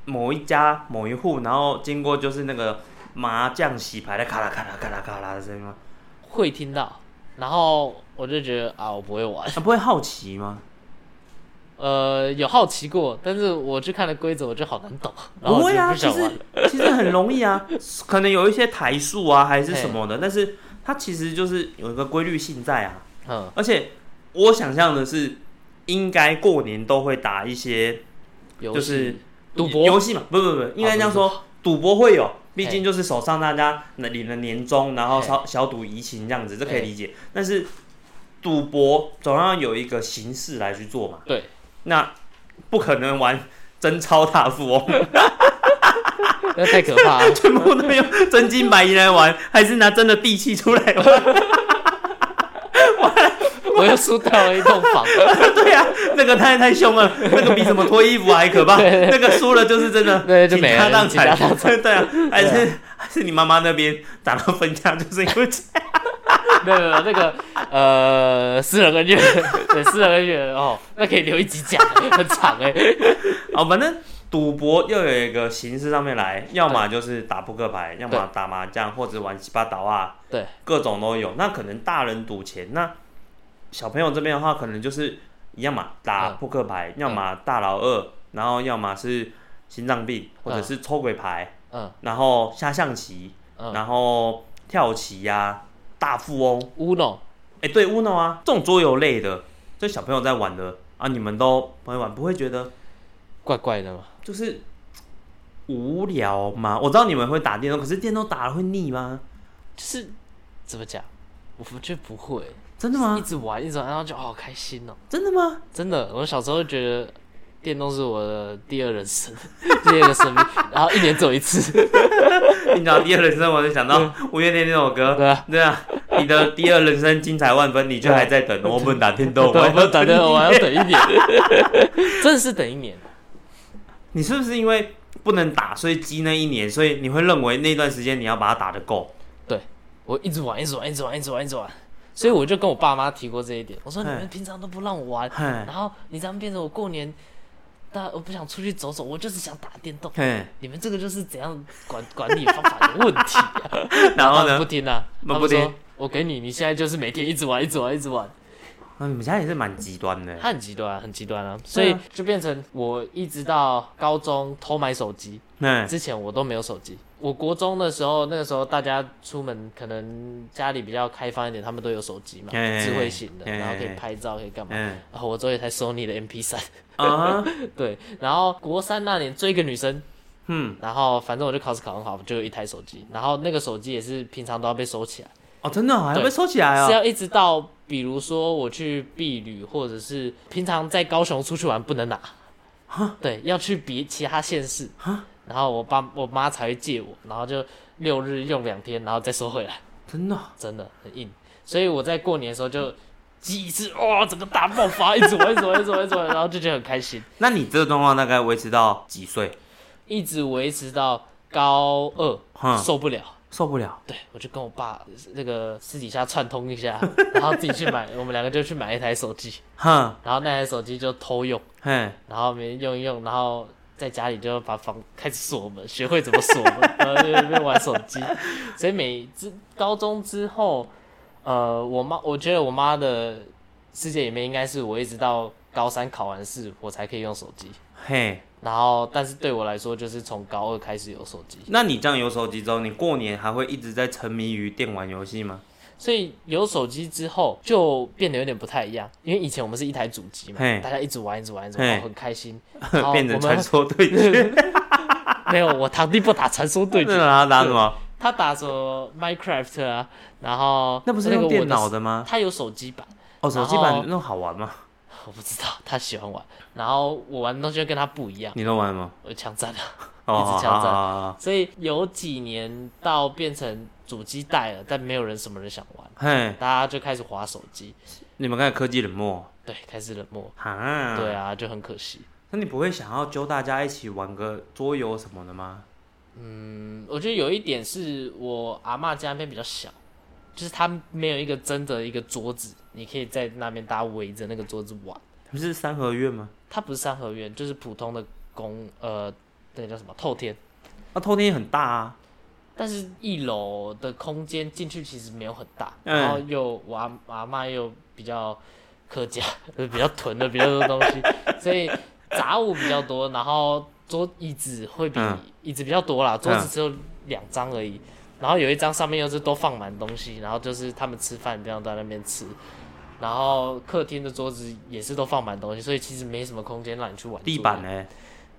B: 某一家某一户，然后经过就是那个麻将洗牌的咔啦咔啦咔啦咔啦的声音吗？
C: 会听到，然后我就觉得啊，我不会玩。
B: 啊，不会好奇吗？
C: 呃，有好奇过，但是我去看了规则，我就好难懂，然后
B: 不
C: 我
B: 会
C: 就
B: 啊，
C: 不
B: 其
C: 想
B: 实
C: 玩了。
B: 其实很容易 啊，可能有一些台数啊还是什么的，但是它其实就是有一个规律性在啊。
C: 嗯，
B: 而且我想象的是，应该过年都会打一些
C: 游
B: 就
C: 戏
B: 是
C: 赌
B: 游
C: 博，哦
B: 戏嘛，不不不，应该这样说，赌博会有，毕竟就是手上大家领了年终，然后小小赌怡情这样子，这可以理解。但是赌博总要有一个形式来去做嘛，
C: 对，
B: 那不可能玩 真超大富翁，
C: 那太可怕 了。
B: 全部都用真金白银来玩，还是拿真的地契出来 玩？
C: 我又输掉了一栋房，
B: 对啊，那个太太凶了，那个比什么脱衣服还可怕。
C: 对对
B: 那个输了就是真的，
C: 对就没了
B: 当
C: 倾家荡
B: 产。 对啊，还是还是你妈妈那边打到分家，就是因为这
C: 没有没有那个呃私人恩怨， 对私人恩怨哦，那可以留一集讲，很长哎、
B: 哦，反正赌博又有一个形式上面来，要么就是打扑克牌，要么打麻将，或者玩七八岛啊，
C: 对，
B: 各种都有。那可能大人赌钱，那小朋友这边的话，可能就是一样嘛，打
C: 嗯
B: 扑克牌，要么大老二，然后要么是心脏病，或者
C: 嗯
B: 是抽鬼牌，
C: 嗯
B: 然后下象棋，
C: 嗯
B: 然后跳棋呀、大富翁，
C: ，Uno
B: 哎、对，Uno 啊，这种桌游类的，这小朋友在玩的啊，你们都不会玩，不会觉得？
C: 怪怪的嘛，
B: 就是无聊吗？我知道你们会打电动，可是电动打了会腻吗？
C: 就是怎么讲，我不觉得不会，
B: 真的
C: 一
B: 吗？
C: 直玩一直玩，然后就哦好开心哦，
B: 真的吗？
C: 真的，我小时候觉得电动是我的第二人生， 第二个生命，然后一年走一次，
B: 你讲第二人生，我就想到《五月天》那首歌。
C: 对啊
B: 对啊，你的第二人生精彩万分，你却还在等。我不能打电动，
C: 对，我
B: 还
C: 不
B: 要
C: 能等
B: 电
C: 的，
B: 动
C: 我还要等一年，真的是等一年，
B: 你是不是因为不能打，所以积那一年，所以你会认为那段时间你要把它打得够？
C: 对我一直玩，一直玩，一直玩，一直玩，一直玩。所以我就跟我爸妈提过这一点，我说你
B: 嘿
C: 们平常都不让我玩，
B: 嘿
C: 然后你这样变成我过年，大我不想出去走走，我就是想打电动。
B: 嘿，
C: 你们这个就是怎样管管理方法有问题、 啊，
B: 然后
C: 他们不
B: 呢？
C: 听啊，
B: 他
C: 他
B: 们
C: 们
B: 不
C: 说
B: 听
C: 我给你，你现在就是每天一直玩，一直玩，一直玩，
B: 啊，你们家也是蛮极端的。
C: 他很极端、啊，很极端啊，所以就变成我一直到高中偷买手机
B: 嗯，
C: 之前我都没有手机，我国中的时候，那个时候大家出门可能家里比较开放一点，他们都有手机嘛，
B: 嘿
C: 智慧型的，
B: 嘿
C: 然后可以拍照，可以干嘛？
B: 嗯
C: 啊，我最后一台 Sony 的 MP 三，
B: 啊，
C: 对，然后国三那年追一个女生，
B: 嗯，
C: 然后反正我就考试考很好，就有一台手机，然后那个手机也是平常都要被收起来，
B: 哦，真的哦还要被
C: 对
B: 收起来
C: 是啊
B: 哦。
C: 要一直到比如说我去避旅，或者是平常在高雄出去玩不能拿，对，要去别其他县市，然后我爸我妈才会借我，然后就六日用两天，然后再收回来，
B: 真的哦，
C: 真的很硬。所以我在过年的时候就记一次，哇、整个大爆发，一直玩一直玩一直玩一直玩，然后就觉得很开心，
B: 那你这个状况大概维持到几岁？
C: 一直维持到高二
B: 哼
C: 受不了。
B: 受不了，
C: 对，我就跟我爸那个私底下串通一下，然后自己去买，我们两个就去买一台手机，
B: 哼，
C: 然后那台手机就偷用，
B: 嘿，
C: 然后没用一用，然后在家里就把房开始锁门，学会怎么锁门，然后就在那边玩手机。所以每之高中之后，呃，我妈我觉得我妈的世界里面应该是我一直到高三考完试我才可以用手机，
B: 嘿，
C: 然后但是对我来说就是从高二开始有手机，
B: 那你这样有手机之后，你过年还会一直在沉迷于电玩游戏吗？
C: 所以有手机之后就变得有点不太一样，因为以前我们是一台主机嘛
B: 嘿，
C: 大家一直玩一直玩一直
B: 嘿
C: 玩，很 开心。然后
B: 变
C: 哦
B: 成
C: 我
B: 传
C: 们
B: 说对决，
C: 没有我堂弟不打传说 对
B: 那
C: 决，
B: 拿打什么？哦
C: 他打什么 Minecraft 啊，然后
B: 那不是
C: 那个
B: 用
C: 我的
B: 电脑的吗？
C: 他有手机版，
B: 哦，手机版
C: 然后
B: 那种好玩吗？
C: 我不知道他喜欢玩，然后我玩的东西就跟他不一样，
B: 你都玩吗？
C: 我就枪战啊，
B: 哦，
C: 一直敲
B: 好
C: 诈
B: 好好好
C: 所以有几年到变成主机带了，但没有人什么人想玩，
B: 嘿，
C: 大家就开始划手机，
B: 你们看科技冷漠
C: 对，开始冷漠，
B: 哈？
C: 对，啊，就很可惜。
B: 那你不会想要揪大家一起玩个桌游什么的吗？
C: 嗯我觉得有一点是我阿嬷家那边比较小，就是她没有一个真的一个桌子，你可以在那边大家围着那个桌子玩。
B: 不是三合院吗？
C: 它不是三合院，就是普通的公呃，那个叫什么透天。
B: 那偷天也很大啊。
C: 但是一楼的空间进去其实没有很大，
B: 嗯
C: 然后又我阿我阿嬷又比较客家， 呃比较囤的比较多东西， 所以杂物比较多，然后桌椅子会比、
B: 嗯
C: 椅子比较多啦，桌子只有两张而已，然后有一张上面又是都放满东西，然后就是他们吃饭这样在那边吃。然后客厅的桌子也是都放满东西，所以其实没什么空间让你去玩桌游。
B: 地板欸呢？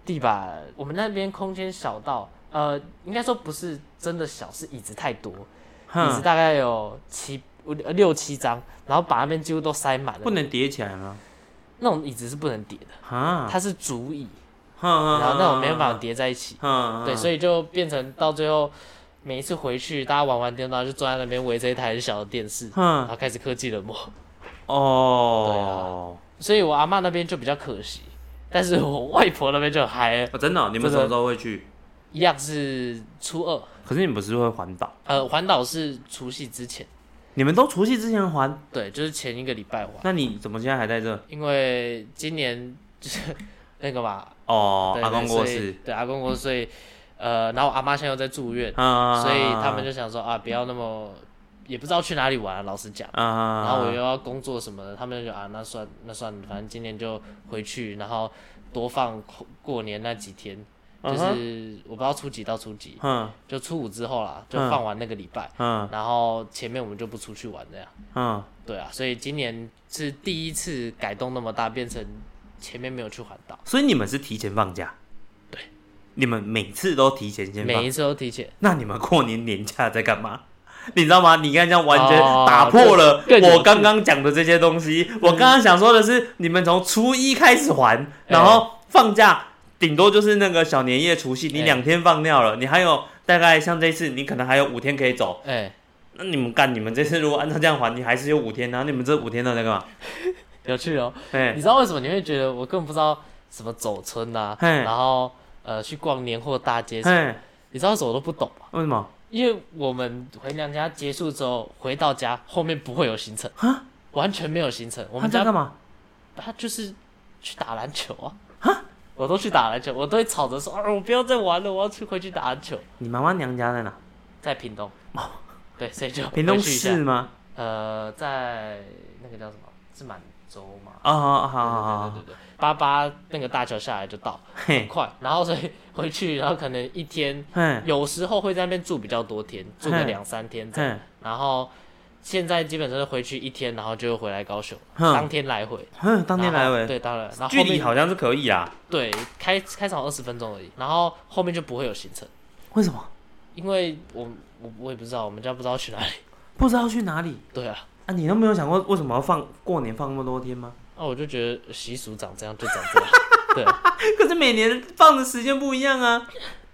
C: 地板，我们那边空间小到，呃，应该说不是真的小，是椅子太多，椅子
B: 哼，
C: 大概有七五呃六七张，然后把那边几乎都塞满了。
B: 不能叠起来吗？
C: 那种椅子是不能叠的，
B: 哈，
C: 它是竹椅，
B: 然
C: 然后那种没办法叠在一起，
B: 嗯，
C: 对，所以就变成到最后，每一次回去大家玩完电动，就坐在那边围着一台很小的电视，然
B: 嗯，
C: 后开始科技冷漠。
B: 哦，
C: 所以我阿嬷那边就比较可惜，但是我外婆那边就很嗨，
B: 哦真的哦，你们什么时候会去？
C: 一样是初二，
B: 可是你们不是会环岛？
C: 呃，环岛是除夕之前。
B: 你们都除夕之前环，
C: 对，就是前一个礼拜玩，
B: 那你怎么现在还在这？
C: 因为今年就是 那个嘛，
B: 哦
C: 对，
B: 阿公
C: 对所
B: 过
C: 以
B: 世，
C: 对阿公过世，所以呃，然后我阿妈现在又在住院，
B: 啊，
C: 所以他们就想说啊，不要那么，也不知道去哪里玩、老实讲。
B: 啊，
C: 然后我又要工作什么的，他们就啊，那算那算，反正今年就回去，然后多放过过年那几天，就
B: 嗯哼
C: 是我不知道初几到初几，
B: 嗯
C: 就初五之后啦，就
B: 嗯
C: 放完那个礼拜，
B: 嗯
C: 然后前面我们就不出去玩这样。
B: 嗯，
C: 对啊，所以今年是第一次改动那么大，变成前面没有去环岛，
B: 所以你们是提前放假？
C: 对，
B: 你们每次都提前先
C: 每
B: 放
C: 一，次都提前。
B: 那你们过年年假在干嘛？你知道吗？你看这样完全
C: 哦
B: 打破了
C: 更更有趣嗯
B: 我刚刚讲的这些东西。我刚刚想说的是，你们从初一开始还，然后放假，顶多就是那个小年夜、除夕，你
C: 哎
B: 两天放掉了，你还有大概像这次，你可能还有五天可以走。
C: 哎、
B: 那你们干，你们这次如果按照这样还，你还是有五天呢、你们这五天都在干嘛？
C: 有趣哦！
B: 哎
C: 你，知道为什么你会觉得我根本不知道什么走村啊，
B: 嘿
C: 然后呃去逛年货大街什么？
B: 哎，
C: 你知道为什么我都不懂吗？
B: 为什么？
C: 因为我们回娘家结束之后回到家，后面不会有行程
B: 啊，
C: 完全没有行程。我
B: 他
C: 们
B: 在
C: 家
B: 干嘛？
C: 他就是去打篮球啊，我都去打篮球，我都会吵着说啊，我不要再玩了，我要去回去打篮球。
B: 你妈妈娘家在哪？
C: 在屏东。对，所以就
B: 哦屏东
C: 回去一下
B: 市吗？
C: 呃，在那个叫什么？是满州嘛。
B: 啊好好好
C: 对对
B: 好
C: 对，对，八八那个大桥下来就到，很
B: 嘿，
C: 快。然后所以 回去，然后可能一天，
B: 嘿，
C: 有时候会在那边住比较多天，住个
B: 嗯
C: 两三天这样。
B: 嘿，
C: 然后现在基本上是回去一天，然后就回来高雄，
B: 嗯
C: 当天来回。
B: 哼，当天
C: 然
B: 来
C: 后
B: 回，
C: 对，当然，然后
B: 距
C: 后
B: 离
C: 面
B: 好像是可以啊啦。
C: 对开开场二十分钟而已，然后后面就不会有行程，
B: 为什么？
C: 因为我我我也不知道，我们家不知道去哪里。
B: 不知道去哪里
C: 对啊，
B: 啊？你都没有想过为什么要放过年放那么多天吗？
C: 那哦我就觉得习俗长这样就长这样，对啊，
B: 可是每年放的时间不一样啊。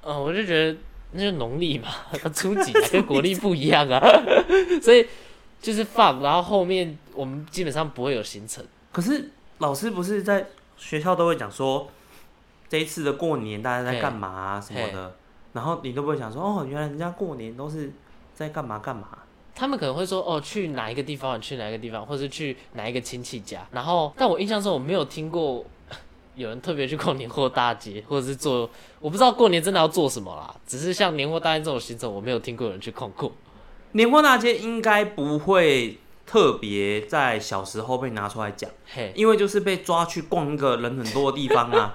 C: 嗯，我就觉得那就农历嘛，初几啊跟国历不一样啊， 所以就是放，然后后面我们基本上不会有行程。
B: 可是老师不是在学校都会讲说，这一次的过年大家在干嘛啊什么的，然后你都不会想说，哦，原来人家过年都是在干嘛干嘛。
C: 他们可能会说哦，去哪一个地方，你去哪一个地方，或是去哪一个亲戚家。然后，但我印象中我没有听过 有人特别去逛年货大街，或者是做，我不知道过年真的要做什么啦。只是像年货大街这种行程，我没有听过有人去逛过。
B: 年货大街应该不会特别在小时候被拿出来讲，
C: 嘿，
B: 因为就是被抓去逛一个人很多的地方 啊。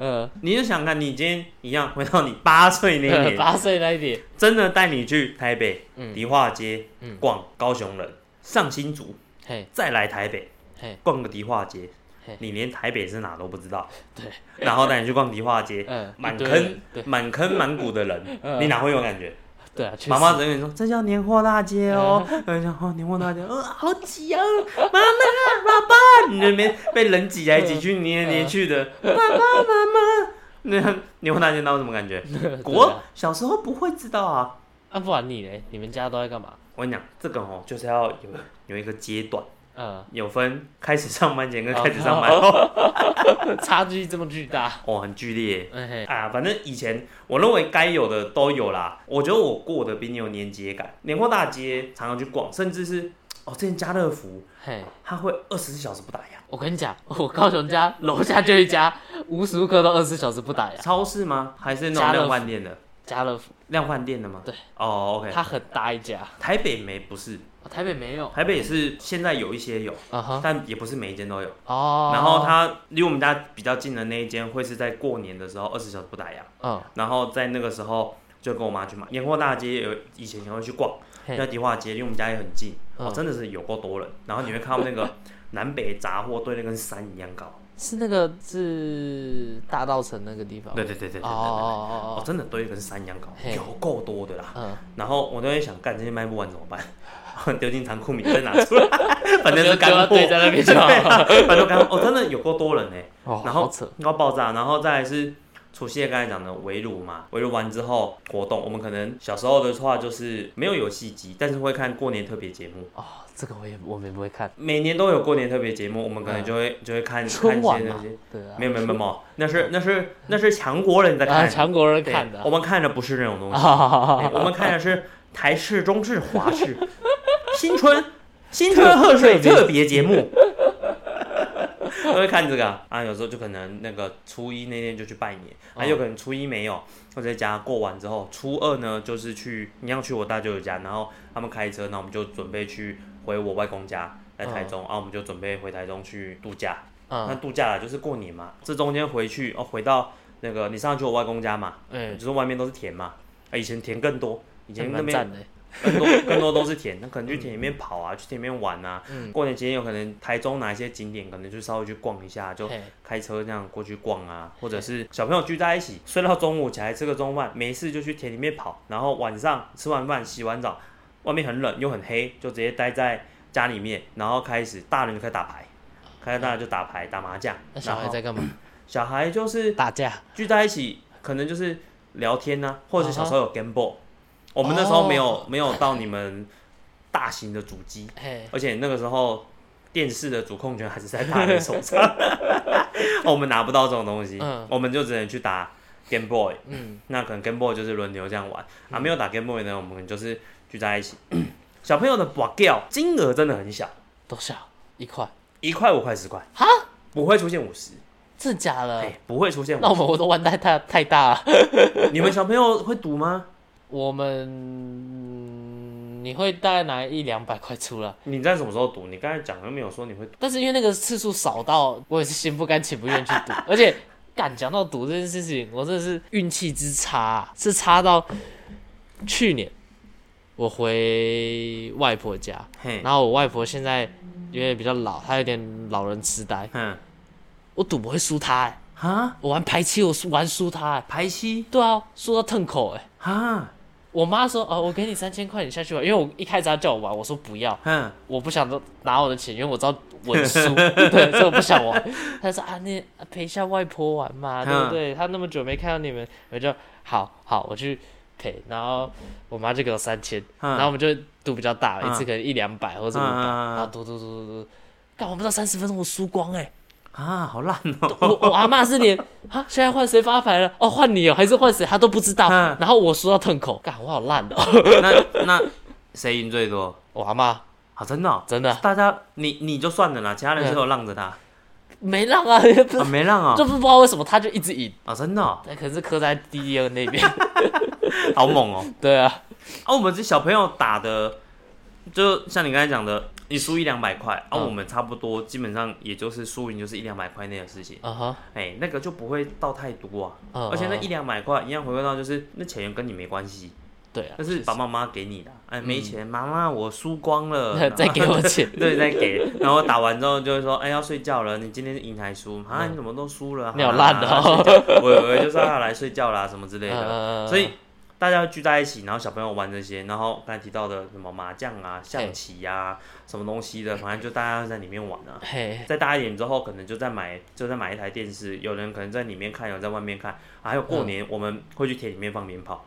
C: 呃，
B: 你就想看，你今天一样回到你八岁那一年，
C: 八岁那一点，
B: 真的带你去台北、
C: 嗯
B: 迪化街
C: 嗯
B: 逛高雄人、上新竹，
C: 嘿，
B: 再来台北
C: 嘿，
B: 逛个迪化街
C: 嘿，
B: 你连台北是哪都不知道，
C: 对，
B: 然后带你去逛迪化街，
C: 嗯
B: 满
C: 一堆
B: 坑
C: 人对
B: 满坑满谷的人，
C: 嗯
B: 你哪会有感觉？
C: 对啊，确实
B: 妈妈只会跟你说这叫年货大街 哦，然后你想哦年货大街，呃，好挤啊，妈妈爸爸，你那边被人挤来挤
C: 嗯
B: 去，黏来黏去的，爸爸妈妈。 那年货大街那有什么感 觉？
C: 对
B: 国
C: 啊
B: 小时候不会知道啊。
C: 啊，不然你嘞，你们家都在干嘛？
B: 我跟你讲，这个哦，就是要有有一个阶段，
C: 呃，
B: 有分开始上班前跟开始上班
C: 哦
B: 后，
C: 差距这么巨大，
B: 哦，很剧烈
C: 嗯嘿，
B: 啊。反正以前我认为该有的都有啦。我觉得我过得比你有年节感，年货大街常常去逛，甚至是哦，之前家乐福
C: 嘿。
B: 它会二十四小时不打烊。
C: 我跟你讲，我高雄家楼下就一家，无时无刻都二十四小时不打烊。
B: 超市吗？还是那种
C: 啊家乐
B: 量
C: 福
B: 贩店的？
C: 家乐福
B: 量贩店的吗？
C: 对。
B: 哦，OK。
C: 它很大一家，
B: 台北没不是，
C: 哦台北没有。
B: 台北是现在有一些有，
C: 啊哈，
B: 但也不是每一间都有。
C: 哦，
B: 然后，它离我们家比较近的那一间会是在过年的时候二十小时不打烊，
C: 嗯，
B: 然后在那个时候就跟我妈去买年货大街，有以前也会去逛，
C: 嘿
B: 叫迪化街，离我们家也很近，哦，
C: 嗯
B: 真的是有够多人。然后你会看到那个南北杂货堆那跟山一样高，
C: 是那个是大道城那个地方。
B: 对对对对对对
C: 哦
B: 对，哦
C: 哦哦哦，
B: 真的堆得跟山一样高，
C: 嘿
B: 有够多的啦。
C: 嗯，
B: 然后我都会想，干这些卖不完怎么办？ 丢进仓库里再拿出来， 反正是干货
C: 对，在那边就 好
B: 对啊反正干货，哦，真的有够多人哎、
C: 哦
B: 然后
C: 好扯
B: 要爆炸，然后再来是除夕夜刚才讲的围炉嘛，围炉完之后活动，我们可能小时候的话就是没有游戏机，但是会看过年特别节目。
C: 哦，这个我也我们也不会看。
B: 每年都有过年特别节目，我们可能就会、就会看看
C: 啊春
B: 一些
C: 晚
B: 那
C: 嘛
B: 些，，
C: 对啊，
B: 没有没有没有没有，那是那是那是强国人在看
C: 啊，
B: 的，
C: 全国人
B: 对
C: 看的
B: 我。们看的不是那种东西。
C: 啊
B: 哎，我们看的是台式、中式、华 式，新春新春贺岁特别节 目，都会看这个啊。啊有时候就可能那个初一那天就去拜年，啊，
C: 哦
B: 有可能初一没有，或者在家过完之后，初二呢就是去一样去我大舅舅家，然后他们开车，那我们就准备去回我外公家。在台中、啊，我们就准备回台中去度假。那
C: 嗯，
B: 度假啦，就是过年嘛。这中间回去哦，回到那个你上去我外公家嘛，
C: 哎，
B: 就是外面都是田嘛，啊，以前田更多，以前那
C: 蛮
B: 边
C: 赞的。
B: 更多更多都是田，那可能去田里面跑啊，去田里面玩啊。
C: 嗯
B: 过年期间有可能台中哪一些景点，可能就稍微去逛一下，就
C: 嘿
B: 开车这样过去逛啊，或者是小朋友聚在一起，睡到中午起来吃个中饭，没事就去田里面跑，然后晚上吃完饭洗完澡，外面很冷又很黑，就直接待在家里面，然后开始大人就开始打牌，开始大人就打牌打麻将，
C: 那小孩
B: 然后
C: 在干嘛？
B: 小孩就是
C: 打架。
B: 聚在一起，可能就是聊天呐、或者是小时候有 Game Boy，、我们那时
C: 啊哦
B: 候没有、没有到你们大型的主机，
C: 嘿，
B: 而且那个时候电视的主控权还是在大人手 上，哦我们拿不到这种东西，
C: 嗯
B: 我们就只能去打 Game Boy，
C: 嗯，
B: 那可能 Game Boy 就是轮流这样玩、啊，没有打 Game Boy 呢，我们就是聚在一起。 小朋友的 b o g 金额真的很小，
C: 多少？啊一块？
B: 一块五块十块，
C: 哈？
B: 不会出现五十，
C: 真的假
B: 哎、
C: 的？
B: 不会出现
C: 那我
B: 五
C: 们我都玩太太太大了。
B: 十。你们小朋友会赌吗？
C: 我们你会大概拿一两百块出来，
B: 你在什么时候读？你刚才讲又没有说你会读，
C: 但是因为那个次数少到我也是心不甘情不愿去 赌，而且敢讲到赌这件事情，我真的是运气之差啊、是差到去年我回外婆家，
B: 嘿，
C: 然后我外婆现在因为比较老，她有点老人痴呆，
B: 嗯，
C: 我赌博会输她、欸，
B: 哈，
C: 我玩牌七我输玩输她、欸，
B: 排期，
C: 对啊，输到痛口哎、
B: 哈，
C: 我妈说：“哦，我给你三千块，你下去玩。”因为我一开始她叫我玩，我说不要，
B: 嗯，
C: 我不想拿我的钱，因为我知道我输，对，所以我不想玩。她说：“啊，你陪一下外婆玩嘛，
B: 嗯
C: 对不对？她那么久没看到你们，我就好好我去陪。”然后我妈就给我三千，
B: 嗯
C: 然后我们就赌比较大，
B: 嗯
C: 一次可能一两百或者
B: 嗯
C: 五百，
B: 嗯嗯嗯
C: 然后赌赌赌赌赌，干我不到三十分钟我输光哎、
B: 啊，好烂 哦，
C: 我我阿妈是连啊，现在换谁发牌了？哦，换你哦，还是换谁？她都不知道。
B: 嗯
C: 然后我输到痛口，干我好烂哦。
B: 那那谁赢最多？
C: 我阿妈
B: 啊，真的哦，
C: 真的
B: 大家你你就算了啦，其他人
C: 嗯
B: 是有让着他，
C: 没让啊， 也不
B: 啊，
C: 是
B: 没让 啊
C: 就，不知道为什么他就一直赢，
B: 啊，真的哦，
C: 那可能是刻在 DDN 那 边。
B: 好猛哦，
C: 对啊，
B: 啊，我们这小朋友打的，就像你刚才讲的，你输一两百块，啊，
C: 嗯
B: 我们差不多基本上也就是输赢就是一两百块内的事情，
C: 啊哈，
B: 哎，那个就不会到太多啊，
C: 嗯
B: 而且那
C: 嗯
B: 一两百块一样回归到就是那钱跟你没关系，
C: 对啊，，
B: 那是爸爸妈妈给你的，哎，没钱，妈妈我输光了
C: 嗯 再给我钱
B: 对，再给，然后打完之后就会说，哎，要睡觉了，你今天赢还输啊？你怎么都输了？
C: 你好嗯烂哦
B: 啊睡觉我我就说要来睡觉啦，什么之类的，
C: 嗯
B: 啊所以大家聚在一起，然后小朋友玩这些，然后刚才提到的什么麻将啊、象棋呀、什么东西的，反正就大家在里面玩啊。
C: 嘿，
B: 再大一点之后，可能就再买，就再买一台电视，有人可能在里面看，有人在外面看。啊还有过
C: 嗯
B: 年，我们会去田里面放鞭炮，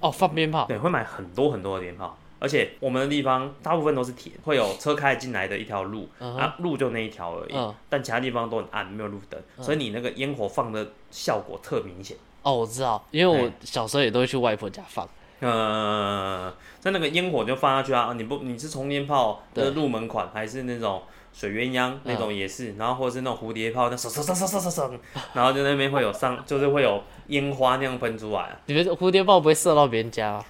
C: 哦，放鞭炮，
B: 对，会买很多很多的鞭炮。而且我们的地方大部分都是田，会有车开进来的一条路，
C: 嗯哼
B: 啊，路就那一条而已，
C: 嗯
B: 但其他地方都很暗，没有路灯，所以你那个烟火放的效果特明显。
C: 哦，我知道，因为我
B: 嘿
C: 小时候也都会去外婆家放，
B: 呃，在那个烟火就放下去啊！你不，你是冲天炮
C: 对嗯
B: 的入门款，还是那种水鸳鸯那种也是，然后或者是那种蝴蝶炮，那 嗖嗖嗖嗖嗖嗖嗖，然后就那边会有上，就是会有烟花那样喷出来啊。
C: 你们蝴蝶炮不会射到别人家吗？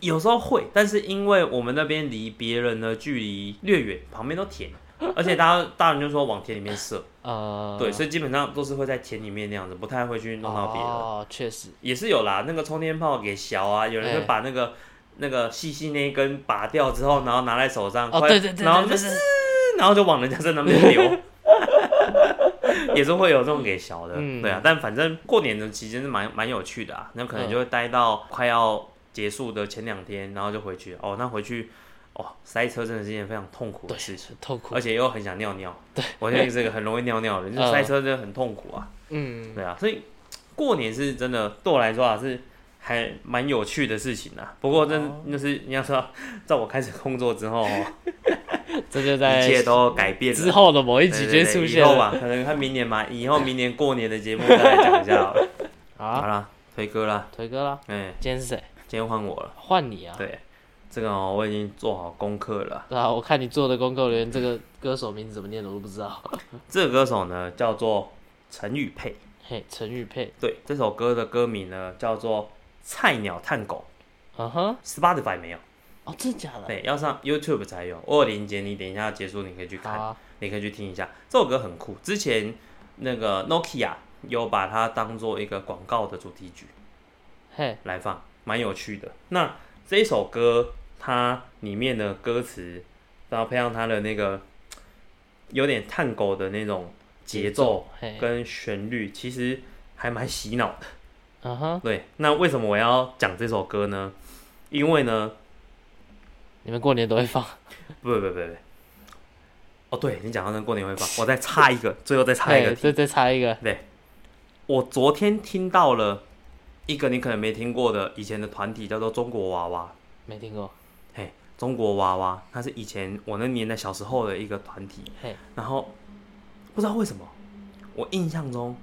B: 有时候会，但是因为我们那边离别人的距离略远，旁边都 田，而且大家大人就说往田里面射，
C: 呃，
B: 对，所以基本上都是会在田里面那样子，不太会去弄到别人。
C: 哦，确实，
B: 也是有啦，那个冲天炮给削啊，有人
C: 哎
B: 会把那个、那个细细那一根拔掉之后，然后拿在手上，
C: 哦，
B: 快
C: 对对对，
B: 然后
C: 对
B: 就
C: 对
B: 是，
C: 对
B: 然后就往人家身上面流， 也是会有这种给削的，
C: 嗯
B: 对啊，但反正过年的期间是蛮蛮有趣的啊，那可能就会待到快要结束的前两天，然后就回去，哦，那回去，哦，塞车真的是一件非常痛苦的事情。
C: 很痛苦
B: 而，且又很想尿尿，对我现在是一个很容易尿尿的人， 就
C: 嗯
B: 塞车真的很痛苦啊。
C: 嗯，
B: 对啊，所以过年是真的对我来说啊是还蛮有趣的事情啊。不过真
C: 哦
B: 就是你要说， 在我开始工作之 后哦，
C: 这就
B: 一切
C: 在
B: 都改变
C: 之
B: 了。
C: 后的某一
B: 对对
C: 集就
B: 对
C: 会出
B: 以
C: 现
B: 后
C: 了
B: 吧，可能看明年嘛，以后明年过年的节目再来讲一下好了。 好
C: 啊，
B: 啦，推歌啦，
C: 腿哥啦，
B: 哎、
C: 今天是谁？
B: 今天换我了。
C: 换你啊，
B: 对，这个哦，我已经做好功课了。
C: 对啊，我看你做的功课连这个歌手名字怎么念的我都不知道，
B: 这个歌手呢叫做陈宇佩，
C: 嘿，陈玉佩，
B: 对，这首歌的歌名呢叫做《菜鸟探狗
C: 嗯哼，》
B: ，Spotify 没有。
C: 哦，真的假的？
B: 对，要上 YouTube 才有。我有连接，你等一下结束你可以去
C: 好
B: 看，
C: 啊，
B: 你可以去听一下。这首歌很酷，之前那个 Nokia 有把它当做一个广告的主题曲
C: 嘿，
B: 来放，蛮有趣的。那这一首歌它里面的歌词，然后配上它的那个有点探狗的那种节奏
C: 嘿，
B: 跟旋律，其实还蛮洗脑的
C: 嗯哼，
B: 对，那为什么我要讲这首歌呢？因为呢，
C: 你们过年都会放，
B: 不不不不，哦，对你讲到那过年会放，我再插一个，最后再 插一
C: 嘿，
B: 个。
C: 再再插一个，
B: 我昨天听到了一个你可能没听过的以前的团体，叫做中国娃娃。
C: 没听过，
B: 嘿，中国娃娃，它是以前我那年代小时候的一个团体。
C: 嘿，
B: 然后不知道为什么，我印象中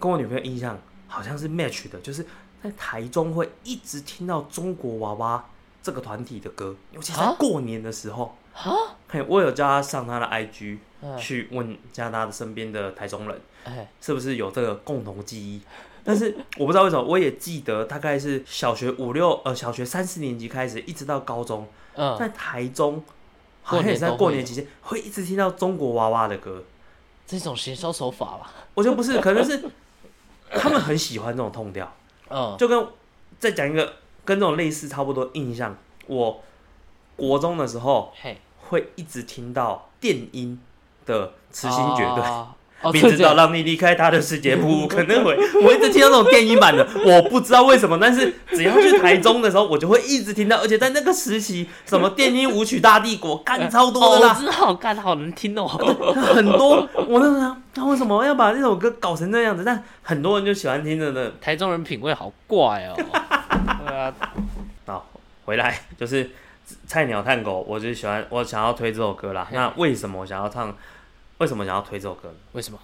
B: 跟我女朋友印象好像是 match 的，就是在台中会一直听到中国娃娃这个团体的歌，尤其在
C: 啊
B: 过年的时候。
C: 啊，
B: 嘿，我有叫他上他的 IG
C: 嗯
B: 去问一下他的身边的台中人，
C: 嘿，
B: 是不是有这个共同记忆？但是我不知道为什么，我也记得大概是小学五六呃小学三四年级开始，一直到高中，
C: 嗯，
B: 在台中好像也是在过年期间会一直听到中国娃娃的歌，
C: 这种行销手法吧，
B: 我觉得不 是，可能是他们很喜欢这种痛调，
C: 嗯，
B: 就跟再讲一个跟这种类似差不多印象，我国中的时候
C: 嘿，
B: 会一直听到电音的痴心绝对。
C: 哦哦，
B: 明
C: 对
B: 知道
C: 对
B: 让你离开他的世界不 可能会，我一直听到那种电音版的，我不知道为什么，但是只要去台中的时候，我就会一直听到，而且在那个时期，什么电音舞曲大帝国干超多
C: 哦，
B: 的
C: 我
B: 啦，
C: 知道，干好难听哦，
B: 很多。我那时候想，他为什么要把这首歌搞成这样子？但很多人就喜欢听着呢。
C: 台中人品味好怪哦， 对啊，
B: 好，回来 就是菜鸟探狗，我就喜欢，我想要推这首歌啦。那为什么我想要唱？为什么想要推这首歌呢？
C: 为什么？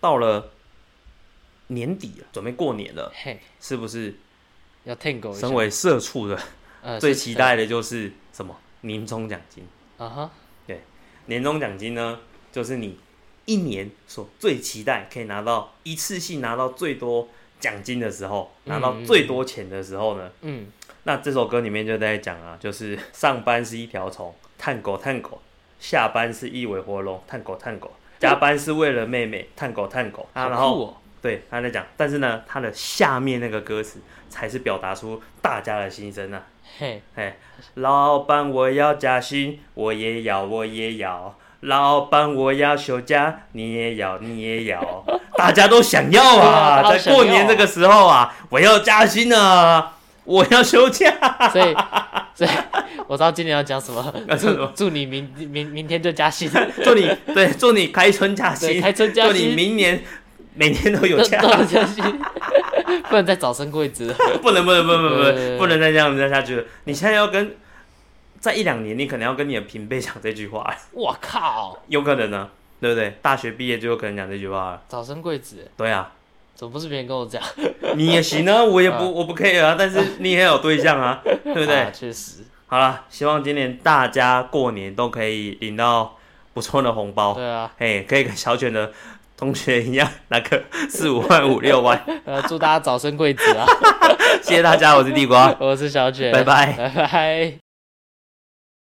B: 到了年底了，准备过年了，
C: 嘿，
B: 是不是？
C: 要 tango 一下
B: 身，为社畜的，
C: 呃
B: 最期待的就是什么？年终奖金。
C: 啊哈，
B: 年终奖金呢，就是你一年所最期待可以拿到一次性拿到最多奖金的时候，拿到最多钱的时候呢。
C: 嗯，
B: 那这首歌里面就在讲啊，就是上班是一条虫，探狗探狗；下班是一尾活龙，探狗探狗；加班是为了妹妹，探狗探狗。啊，然
C: 好
B: 后
C: 酷哦
B: 对，他在讲，但是呢，他的下面那个歌词才是表达出大家的心声啊。
C: 嘿，
B: 哎，老板我要加薪，我也要，我也要。老板我要休假，你也要，你也 要。大家都想要啊，
C: 对啊大
B: 在
C: 家都想要
B: 过年这个时候啊，我要加薪啊，我要休 假。
C: 所以，所以我知道今年要讲什 么，
B: 什
C: 祝
B: 么
C: 祝你明明明天就加薪，
B: 祝你对，祝你开春假
C: 对，
B: 期，
C: 开春加
B: 祝你
C: 薪，
B: 明年每天都有
C: 都
B: 假。
C: 都有加薪， 不能再早生贵子了。
B: 不能不能不能不
C: 对对
B: 能
C: 对
B: 不能再这样子下去了。你现在要跟在一两年，你可能要跟你的平辈讲这句话，
C: 我靠，
B: 有可能呢、对不对？大学毕业就有可能讲这句话了。
C: 早生贵子，
B: 对啊，
C: 怎么不是别人跟我讲？
B: 你也行啊，我也
C: 啊
B: 不我不 care 啊，但是你也有对象 啊，对不
C: 啊
B: 对？
C: 确实，
B: 好了，希望今年大家过年都可以领到不错的红包，
C: 对啊，
B: 嘿，可以跟小卷的同学一样拿个四五万五六万。
C: 呃，祝大家早生贵子啊！
B: 谢谢大家，我是地瓜。
C: 我是小卷，
B: 拜拜
C: 拜拜。